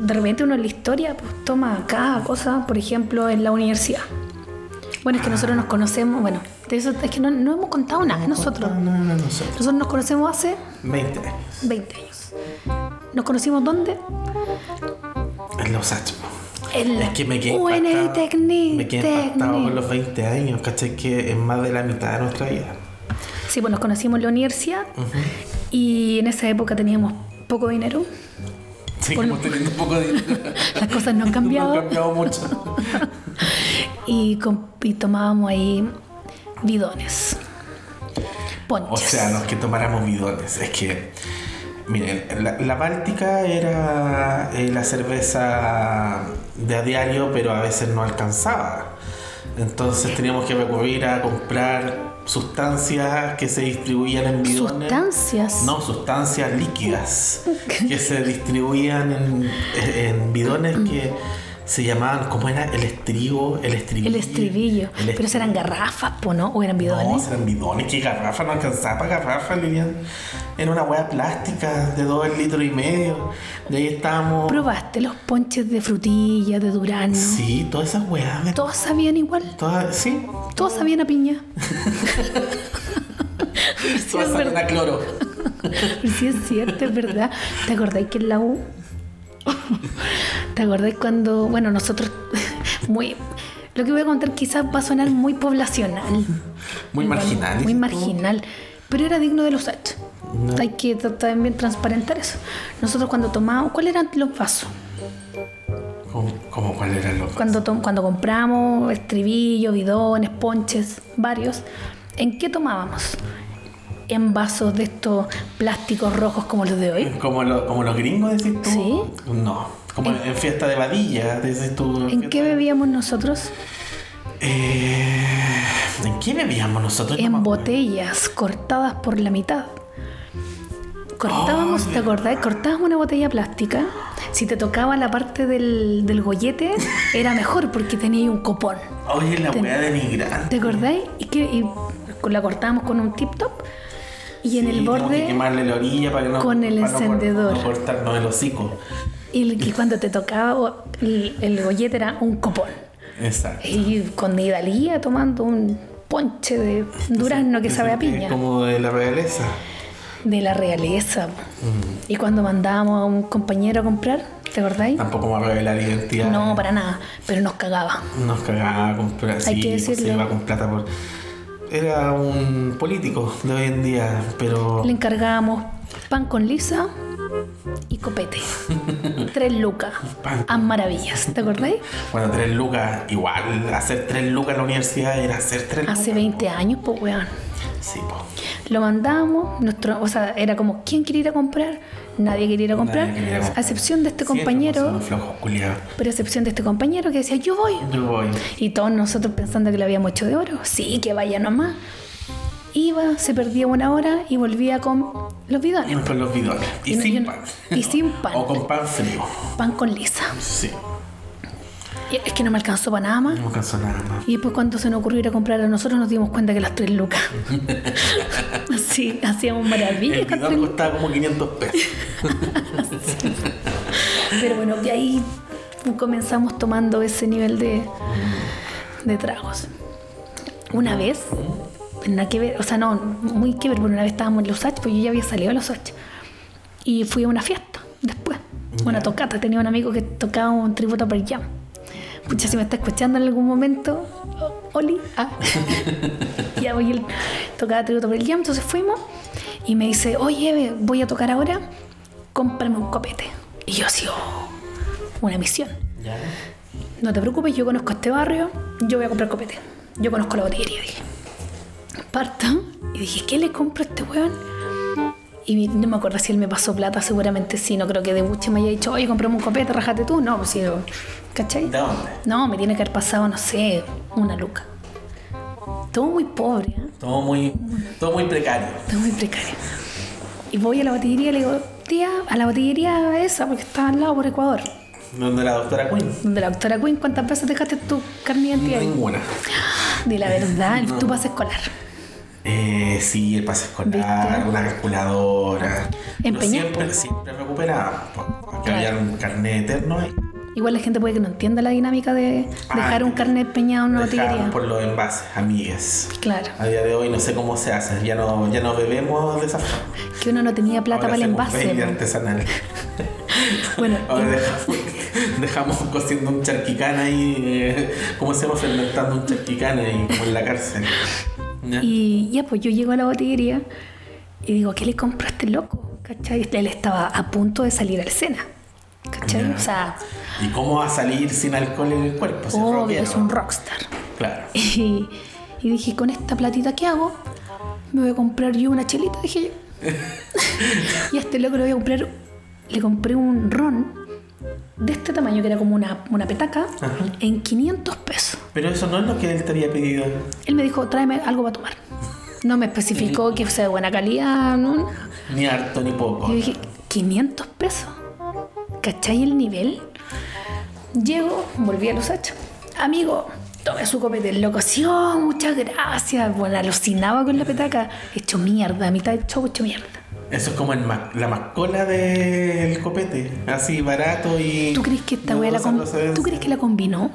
Speaker 2: de repente uno en la historia pues, toma cada cosa, por ejemplo, en la universidad. Bueno, es que nosotros nos conocemos, bueno, de eso es que no, no hemos contado nada de nosotros.
Speaker 1: No, no, no, nosotros.
Speaker 2: Nosotros nos conocemos hace
Speaker 1: 20 años.
Speaker 2: 20 años. ¿Nos conocimos dónde?
Speaker 1: En los Hachmo.
Speaker 2: En la
Speaker 1: Es que me quedé
Speaker 2: UNI
Speaker 1: impactado.
Speaker 2: Tecni.
Speaker 1: Me quedé impactado con los 20 años, ¿cachai? Que es más de la mitad de nuestra vida.
Speaker 2: Sí, pues nos conocimos en la universidad y en esa época teníamos poco dinero.
Speaker 1: Seguimos teniendo un poco de dinero.
Speaker 2: Las cosas no han cambiado.
Speaker 1: No ha cambiado mucho.
Speaker 2: y, com- y tomábamos ahí bidones.
Speaker 1: O
Speaker 2: Ponches.
Speaker 1: sea, no es que tomáramos bidones, es que. Miren, la, la Báltica era eh, la cerveza de a diario, pero a veces no alcanzaba. Entonces teníamos que recurrir a comprar sustancias que se distribuían en bidones.
Speaker 2: Sustancias.
Speaker 1: No, sustancias líquidas que se distribuían en, en bidones que se llamaban, ¿cómo era? El estribo, el estribillo.
Speaker 2: El estribillo.
Speaker 1: el
Speaker 2: Pero serán garrafas, po, ¿no? O eran bidones.
Speaker 1: no, eran bidones, que garrafa no alcanzaba para garrafa, Lilian. Era una hueá plástica de dos litros y medio. De ahí estábamos.
Speaker 2: ¿Probaste los ponches de frutilla, de durazno?
Speaker 1: Sí, todas esas weas. de-
Speaker 2: Todos sabían igual.
Speaker 1: Todas, sí.
Speaker 2: Todos sabían a piña. sí,
Speaker 1: Todas
Speaker 2: es
Speaker 1: saben
Speaker 2: verdad.
Speaker 1: a cloro.
Speaker 2: Sí, es cierto, es verdad. ¿Te acordáis que en la U? ¿Te acordáis cuando, bueno, nosotros, muy, lo que voy a contar quizás va a sonar muy poblacional.
Speaker 1: Muy marginal.
Speaker 2: Muy
Speaker 1: dices tú.
Speaker 2: marginal. Pero era digno de los hechos.
Speaker 1: No.
Speaker 2: Hay que tra- también transparentar eso. Nosotros cuando tomábamos, ¿cuáles eran los vasos?
Speaker 1: ¿Cómo, cómo cuál era lo
Speaker 2: Cuando, tom- cuando compramos estribillos, bidones, ponches, varios, ¿En qué tomábamos? En vasos de estos plásticos rojos como los de hoy.
Speaker 1: Como, lo- como los gringos, decís tú.
Speaker 2: Sí.
Speaker 1: No. Como en, fiesta de vadilla, decís tú.
Speaker 2: ¿En qué bebíamos nosotros?
Speaker 1: Eh, ¿En qué bebíamos nosotros? No me
Speaker 2: En
Speaker 1: acuerdo.
Speaker 2: botellas cortadas por la mitad. Cortábamos,
Speaker 1: Ay,
Speaker 2: ¿te acordás? Cortábamos una botella plástica. Si te tocaba la parte del, del gollete, era mejor porque tenía un copón.
Speaker 1: Oye, la weá de migrante.
Speaker 2: ¿Te acordáis? Y que y la cortábamos con un tip top y en el
Speaker 1: Que
Speaker 2: borde
Speaker 1: quemarle la orilla para que no.
Speaker 2: con el
Speaker 1: para no cor-
Speaker 2: encendedor.
Speaker 1: No cortarnos el hocico.
Speaker 2: y, y cuando te tocaba o- el, el gollete era un copón.
Speaker 1: Exacto.
Speaker 2: Y con Idalía tomando un ponche de durazno que sabe a piña.
Speaker 1: Es como de la realeza.
Speaker 2: De la realeza. Y cuando mandábamos a un compañero a comprar, ¿te acordáis?
Speaker 1: Tampoco vamos a revelar identidad.
Speaker 2: No, para nada, pero nos cagaba.
Speaker 1: Nos cagaba con plata.
Speaker 2: Hay
Speaker 1: sí,
Speaker 2: que
Speaker 1: pues, se
Speaker 2: decirlo.
Speaker 1: iba con plata por. Era un político de hoy en día, pero.
Speaker 2: Le encargábamos pan con lisa y copete. Tres lucas.
Speaker 1: Pan.
Speaker 2: A maravillas, ¿te acordáis?
Speaker 1: Bueno, tres lucas, igual, hacer tres lucas en la universidad era hacer tres lucas.
Speaker 2: Hace 20 años, pues weón.
Speaker 1: Sí, pues.
Speaker 2: Lo mandábamos, nuestro, o sea, era como, ¿quién quería ir a comprar? Nadie quería ir a comprar, a excepción de este compañero,
Speaker 1: Flojo, culiado.
Speaker 2: pero a excepción de este compañero que decía, yo voy,
Speaker 1: Yo voy.
Speaker 2: Y todos nosotros pensando que lo habíamos hecho de oro. Sí, que vaya nomás. Iba, se perdía una hora y volvía con los bidones.
Speaker 1: Con los bidones. Y,
Speaker 2: Y no-
Speaker 1: sin
Speaker 2: yo no-
Speaker 1: pan.
Speaker 2: y sin pan.
Speaker 1: o con pan frío.
Speaker 2: Pan con lisa.
Speaker 1: Sí.
Speaker 2: Y es que no me alcanzó para nada más.
Speaker 1: No cansó nada más.
Speaker 2: Y después cuando se nos ocurrió ir a comprar a nosotros nos dimos cuenta que las tres lucas. Así, hacíamos maravillas.
Speaker 1: El
Speaker 2: con tres
Speaker 1: bidón
Speaker 2: lucas.
Speaker 1: costaba como 500 pesos.
Speaker 2: Pero bueno, de ahí comenzamos tomando ese nivel de, de tragos. Una vez, nada que ver, o sea, no, muy que ver, porque una vez estábamos en Los H, pues yo ya había salido a Los H. Y fui a una fiesta después, una tocata. Tenía un amigo que tocaba un tributo a Pearl Jam. Pucha, si me está escuchando en algún momento, o- Oli, ah. ya voy, él tocaba tributo a Pearl Jam, entonces fuimos y me dice, oye, Eve, voy a tocar ahora, cómprame un copete. Y yo así, "Oh, una misión.
Speaker 1: Ya.
Speaker 2: No te preocupes, yo conozco este barrio, yo voy a comprar copete. Yo conozco la botillería, dije. Parto y dije, ¿qué le compro a este weón? Y vi- no me acuerdo si él me pasó plata, seguramente sí, no creo que de buche me haya dicho, oye, compramos un copete, rájate tú. No, pues sí, yo- ¿cachai?
Speaker 1: ¿De dónde?
Speaker 2: No, me tiene que haber pasado, no sé, una luca. Todo muy pobre, ¿eh?
Speaker 1: Todo muy, todo muy precario.
Speaker 2: Todo muy precario. Y voy a la botillería y le digo, tía, a la botillería esa, porque está al lado por Ecuador.
Speaker 1: Donde la doctora Quinn.
Speaker 2: Donde la doctora Quinn, ¿cuántas veces dejaste tu carne de identidad? ahí?
Speaker 1: Ninguna.
Speaker 2: De la verdad, el- tu pase escolar.
Speaker 1: Eh, sí, el pase escolar,
Speaker 2: ¿Viste?
Speaker 1: una calculadora. Pero
Speaker 2: Empeñé,
Speaker 1: siempre, siempre recuperaba. Porque había un carnet eterno y
Speaker 2: Igual la gente puede que no entienda la dinámica de
Speaker 1: Ah,
Speaker 2: dejar un carnet empeñado en una
Speaker 1: dejaban
Speaker 2: botillería.
Speaker 1: por los envases, amigas.
Speaker 2: Claro,
Speaker 1: A día de hoy no sé cómo se hace, ya no, ya no bebemos de esa forma.
Speaker 2: que uno no tenía plata
Speaker 1: Ahora
Speaker 2: para el
Speaker 1: hacemos
Speaker 2: envase.
Speaker 1: baile artesanal.
Speaker 2: Bueno,
Speaker 1: Ahora dejamos, dejamos cociendo un charquicán ahí, eh, ¿cómo se llama? Fermentando un charquicán ahí, como en la cárcel. ¿Ya?
Speaker 2: y ya pues yo llego a la botillería y digo, ¿qué le compro a este loco? ¿Cachai? Él estaba a punto de salir al cena. ¿Cachai?
Speaker 1: Ya.
Speaker 2: O sea,
Speaker 1: ¿Y cómo va a salir sin alcohol en el cuerpo? Si es
Speaker 2: obvio,
Speaker 1: rockero.
Speaker 2: es un rockstar.
Speaker 1: Claro.
Speaker 2: Y, y dije, con esta platita que hago, me voy a comprar yo una chelita, dije yo. y a este loco le voy a comprar, le compré un ron de este tamaño, que era como una, una petaca,
Speaker 1: Ajá.
Speaker 2: en 500 pesos.
Speaker 1: Pero eso no es lo que él te había pedido.
Speaker 2: Él me dijo, tráeme algo para tomar. No me especificó que sea de buena calidad, no. no.
Speaker 1: Ni harto ni poco.
Speaker 2: Yo dije, 500 pesos. ¿Cachai el nivel? Llego, volví a los hachos. Amigo, tome su copete. El loco, sí, oh, muchas gracias. Bueno, alucinaba con la petaca. Hecho mierda, a mitad del show, hecho mierda.
Speaker 1: Eso es como el ma- la mascola del copete. Así barato y.
Speaker 2: ¿Tú crees que esta
Speaker 1: No,
Speaker 2: wea la,
Speaker 1: esa
Speaker 2: com-
Speaker 1: cosa es-
Speaker 2: ¿tú crees que la combinó?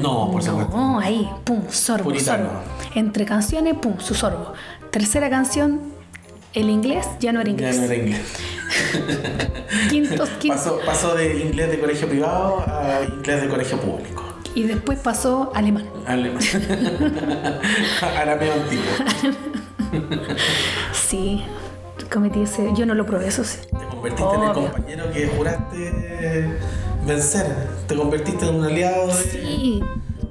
Speaker 1: No, por supuesto.
Speaker 2: No, ahí, pum, sorbo,
Speaker 1: Puritano.
Speaker 2: sorbo. Entre canciones, pum, su sorbo. Tercera canción, el inglés ya no era
Speaker 1: Ya
Speaker 2: inglés.
Speaker 1: no era inglés.
Speaker 2: Quintos, quintos.
Speaker 1: Pasó, pasó de inglés de colegio privado a inglés de colegio público.
Speaker 2: Y después pasó alemán.
Speaker 1: Alemán. Arameo antiguo.
Speaker 2: Sí, cometí ese. Yo no lo probé, eso sí.
Speaker 1: Te convertiste en el
Speaker 2: Obvio.
Speaker 1: compañero que juraste vencer. Te convertiste en un aliado de,
Speaker 2: Sí,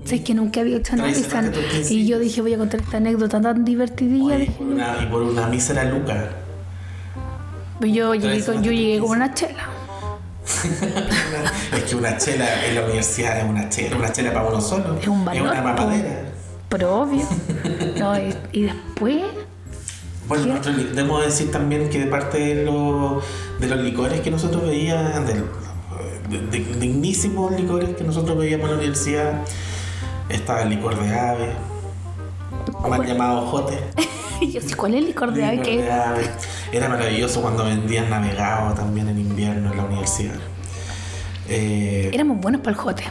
Speaker 2: Sé que nunca había hecho nada.
Speaker 1: Traicionaste
Speaker 2: esa-
Speaker 1: tus principios.
Speaker 2: Y yo dije, voy a contar esta anécdota tan divertidilla.
Speaker 1: Oye,
Speaker 2: dije,
Speaker 1: por una- y por una mísera luca.
Speaker 2: yo llegué, con,
Speaker 1: traicionaste
Speaker 2: yo llegué
Speaker 1: tus
Speaker 2: con una chela.
Speaker 1: es que una chela en la universidad es una chela, una chela para uno solo.
Speaker 2: Es un valor.
Speaker 1: una
Speaker 2: po.
Speaker 1: mamadera.
Speaker 2: Pero obvio. No, y, y después,
Speaker 1: Bueno, nosotros li- debemos decir también que de parte de, los- de los licores que nosotros veíamos, de, de- de- dignísimos licores que nosotros veíamos en la universidad, estaba el licor de ave, mal llamado jote.
Speaker 2: yo sé cuál es el licor de ave
Speaker 1: licor de
Speaker 2: que
Speaker 1: ave. Era maravilloso cuando vendían navegado también en invierno en la universidad. Eh,
Speaker 2: éramos buenos para el jote.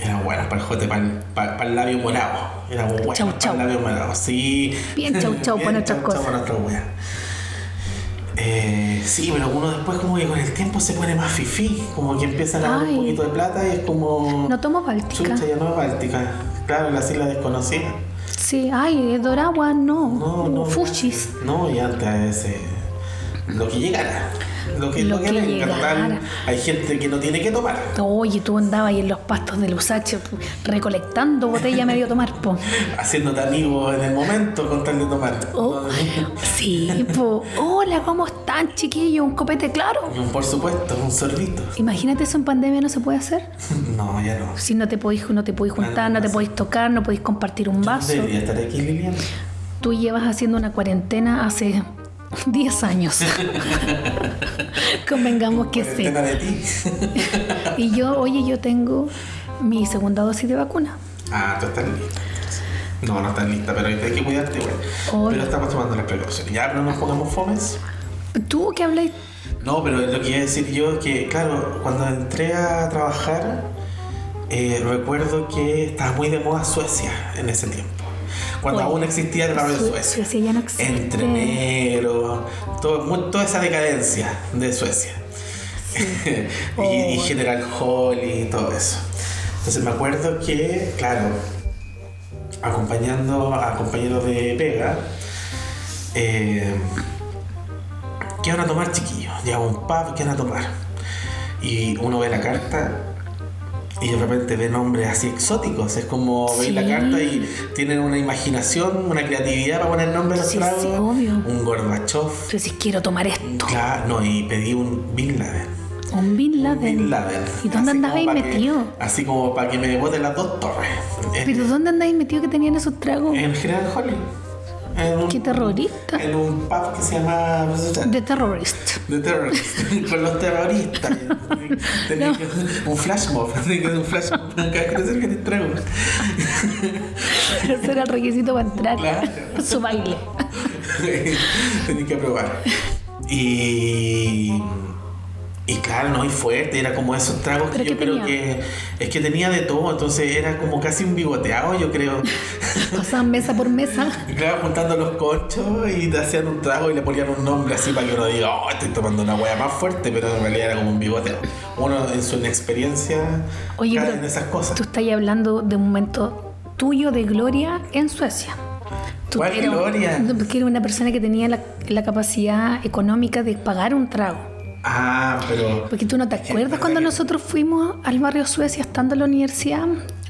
Speaker 1: Era bueno para el jote, para el, para- para el labio morado. Era bueno
Speaker 2: Chau,
Speaker 1: para
Speaker 2: chau.
Speaker 1: el labio morado, sí.
Speaker 2: Bien chau, chau para nuestras
Speaker 1: chau, chau
Speaker 2: cosas.
Speaker 1: para nuestras weas. Eh, sí, pero uno después como que con el tiempo se pone más fifí, como que empiezan a dar
Speaker 2: Ay.
Speaker 1: un poquito de plata y es como...
Speaker 2: No tomo Báltica.
Speaker 1: Chucha, ya no es Báltica. Claro, las islas desconocidas.
Speaker 2: Sí, ay, Doragua, no.
Speaker 1: No, no.
Speaker 2: Fushis.
Speaker 1: No, y antes ese... Lo que llegara. Lo que,
Speaker 2: Lo
Speaker 1: lo que,
Speaker 2: que
Speaker 1: venga, total,
Speaker 2: llegara.
Speaker 1: Hay gente que no tiene que tomar.
Speaker 2: Oye, tú andabas ahí en los pastos del Usache pu, recolectando botella medio tomar, po.
Speaker 1: Haciéndote amigo en el momento con tal de tomar.
Speaker 2: Oh, sí, po. Hola, ¿cómo están, chiquillos? Un copete claro.
Speaker 1: Y un- Por supuesto, un sorbito.
Speaker 2: Imagínate eso en pandemia no se puede hacer.
Speaker 1: No, ya no.
Speaker 2: Si no te podéis, no te podéis juntar, no te podéis tocar, no podéis compartir un vaso.
Speaker 1: Debería estar aquí, Lilian.
Speaker 2: Tú llevas haciendo una cuarentena hace 10 años. Convengamos que sí.
Speaker 1: Cuarentena de ti.
Speaker 2: Y yo, oye, yo tengo mi segunda dosis de vacuna.
Speaker 1: Ah, tú estás lista. No, no estás lista, pero hay que cuidarte igual.
Speaker 2: Hola.
Speaker 1: Pero estamos tomando las precauciones. Ya, pero no nos pongamos fomes.
Speaker 2: ¿Tú que habláis?
Speaker 1: No, pero lo que iba a decir yo es que, claro, cuando entré a trabajar, eh, recuerdo que estaba muy de moda Suecia en ese tiempo. Cuando
Speaker 2: Oye,
Speaker 1: aún existía el barrio
Speaker 2: Sue-
Speaker 1: Suecia.
Speaker 2: Suecia ya no existe.
Speaker 1: Entre negro, todo- mu- toda esa decadencia de Suecia. y, y
Speaker 2: Oh.
Speaker 1: General Hall y todo eso. Entonces me acuerdo que, claro, acompañando a compañeros de Pega, eh, ¿qué van a tomar chiquillos? Llega un pub, ¿qué van a tomar? Y uno ve la carta y de repente ve nombres así exóticos. Es como
Speaker 2: Sí.
Speaker 1: veis la carta y tienen una imaginación, una creatividad para poner nombres a los
Speaker 2: Sí,
Speaker 1: tragos.
Speaker 2: sí, obvio.
Speaker 1: Un Gorbachev.
Speaker 2: Tú decís, quiero tomar esto.
Speaker 1: Claro, no, y pedí un Bin Laden.
Speaker 2: Un Bin Laden.
Speaker 1: Bin Laden.
Speaker 2: ¿Y
Speaker 1: Así
Speaker 2: dónde andabais
Speaker 1: como pa' que-
Speaker 2: metido?
Speaker 1: así como para que me boten las dos torres. En-
Speaker 2: ¿Pero dónde andáis metido que tenían esos tragos?
Speaker 1: En General Holly. En un-
Speaker 2: ¡Qué terrorista!
Speaker 1: En un pub que se llama.
Speaker 2: De terrorist.
Speaker 1: De terroristas, con los terroristas. Tenía
Speaker 2: No.
Speaker 1: que hacer un flash mob, tenía que hacer un flash mob cada vez que te acercas te traigo.
Speaker 2: Ese era el requisito para entrar.
Speaker 1: Claro.
Speaker 2: Su baile.
Speaker 1: Tenía que probar. Y. Y claro, no, y fuerte, era como esos tragos que
Speaker 2: ¿Pero
Speaker 1: yo
Speaker 2: qué
Speaker 1: creo
Speaker 2: tenía?
Speaker 1: que. Es que tenía de todo, entonces era como casi un bigoteado, yo creo.
Speaker 2: Pasaban mesa por mesa.
Speaker 1: Y Claro, juntando los conchos y te hacían un trago y le ponían un nombre así para que uno diga, oh, estoy tomando una hueá más fuerte, pero en realidad era como un bigoteo. Uno en su inexperiencia
Speaker 2: Oye,
Speaker 1: cae
Speaker 2: pero
Speaker 1: en esas cosas.
Speaker 2: Tú estás hablando de un momento tuyo de gloria en Suecia. Tú
Speaker 1: ¿Cuál
Speaker 2: eras-
Speaker 1: gloria?
Speaker 2: No, Porque era una persona que tenía la, la capacidad económica de pagar un trago.
Speaker 1: Ah, pero.
Speaker 2: Porque tú no te acuerdas
Speaker 1: verdad
Speaker 2: cuando
Speaker 1: que-
Speaker 2: nosotros fuimos al barrio Suecia estando en la universidad,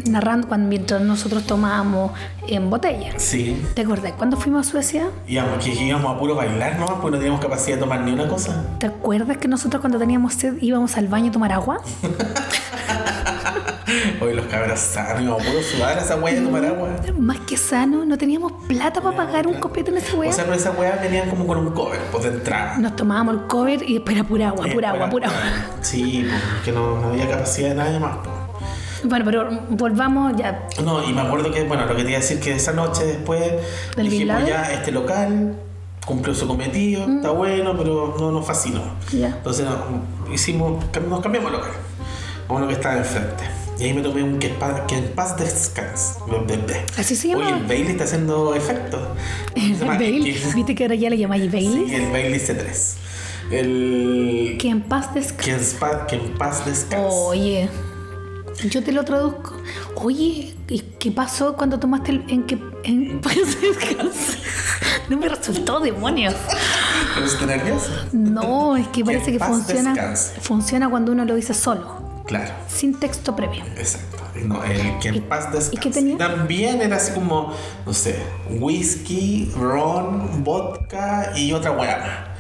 Speaker 2: narrando cuando, mientras nosotros tomábamos en botella.
Speaker 1: Sí.
Speaker 2: ¿Te acordás cuando fuimos a Suecia?
Speaker 1: Íbamos, que íbamos a puro bailar nomás, porque no teníamos capacidad de tomar ni una cosa.
Speaker 2: ¿Te acuerdas que nosotros cuando teníamos sed íbamos al baño a tomar agua?
Speaker 1: Hoy los cabros sanos, íbamos a puro sudar a esa hueá y
Speaker 2: Mm.
Speaker 1: tomar agua.
Speaker 2: Más que sano, no teníamos plata para pagar un
Speaker 1: claro.
Speaker 2: copete en esa
Speaker 1: O
Speaker 2: weá.
Speaker 1: sea, pero esas hueá venían como con un cover, pues de entrada.
Speaker 2: Nos tomábamos el cover y después era pura agua,
Speaker 1: Eh,
Speaker 2: pura agua,
Speaker 1: para-
Speaker 2: pura agua.
Speaker 1: Sí, porque no, no había capacidad de nada más. pues.
Speaker 2: Bueno, pero volvamos ya.
Speaker 1: No, y me acuerdo que, bueno, lo que te iba a decir que esa noche después
Speaker 2: ¿Del Bin
Speaker 1: dijimos
Speaker 2: Laden? Mm.
Speaker 1: ya, este local cumplió su cometido, está bueno, pero no nos fascinó.
Speaker 2: Ya.
Speaker 1: Entonces no, hicimos, cam- nos cambiamos de local a uno que estaba enfrente. Y ahí me tomé un que, en paz- que en paz descanse. be- be- be.
Speaker 2: Así se llama.
Speaker 1: Oye, el Bailey está haciendo efecto.
Speaker 2: El
Speaker 1: Se llama-
Speaker 2: Bailey.
Speaker 1: que-
Speaker 2: ¿Viste que ahora ya le llamáis Bailey?
Speaker 1: sí, el Bailey C3. El...
Speaker 2: Que en paz
Speaker 1: Que
Speaker 2: descanse.
Speaker 1: en, spa- que en paz descanse.
Speaker 2: Oye, yo te lo traduzco. Oye, ¿y ¿qué pasó cuando tomaste el. en que. en paz descanse? No me resultó, demonios.
Speaker 1: Pero estoy nervioso.
Speaker 2: No, es que parece
Speaker 1: en
Speaker 2: que
Speaker 1: paz
Speaker 2: funciona.
Speaker 1: descanse.
Speaker 2: Funciona cuando uno lo dice solo,
Speaker 1: Claro,
Speaker 2: sin texto previo.
Speaker 1: exacto. no, el que en
Speaker 2: ¿Y-
Speaker 1: paz
Speaker 2: y qué
Speaker 1: descanse.
Speaker 2: tenía?
Speaker 1: También era así como, no sé, whisky, ron, vodka y otra guarana.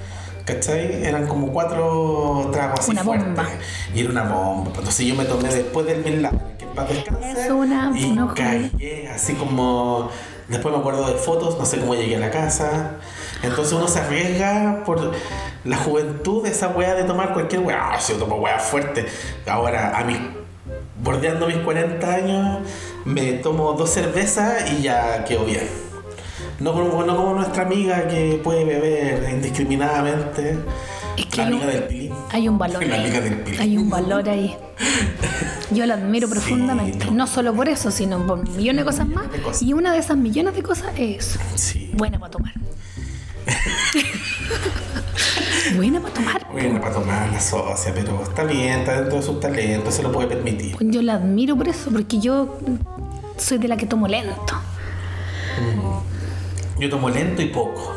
Speaker 1: ¿Cachai? Eran como cuatro tragos así
Speaker 2: Una bomba.
Speaker 1: fuertes. Y era una bomba. Entonces yo me tomé después del Bin Laden, que en paz descanse.
Speaker 2: Es una-
Speaker 1: y
Speaker 2: una joya.
Speaker 1: cagué, así como. Después me acuerdo de fotos, no sé cómo llegué a la casa. Entonces uno se arriesga por la juventud de esa weá de tomar cualquier weá. Ah, si yo tomo weá fuerte. Ahora, a mis. bordeando mis 40 años, me tomo dos cervezas y ya quedo bien. No como, no como nuestra amiga que puede beber indiscriminadamente.
Speaker 2: Es que
Speaker 1: la
Speaker 2: hay un-
Speaker 1: amiga del pilín.
Speaker 2: Hay un valor
Speaker 1: La
Speaker 2: ahí.
Speaker 1: amiga del pilín.
Speaker 2: Hay un valor ahí. Yo la admiro
Speaker 1: Sí,
Speaker 2: profundamente.
Speaker 1: no.
Speaker 2: No solo por eso, sino por millones de cosas más.
Speaker 1: de cosas.
Speaker 2: Y una de esas millones de cosas es
Speaker 1: Sí.
Speaker 2: buena para tomar. buena para tomar.
Speaker 1: Bueno, para tomar la socia, pero está bien, está dentro de sus talentos, se lo puede permitir.
Speaker 2: Yo la admiro por eso, porque yo soy de la que tomo lento.
Speaker 1: Yo tomo lento y poco.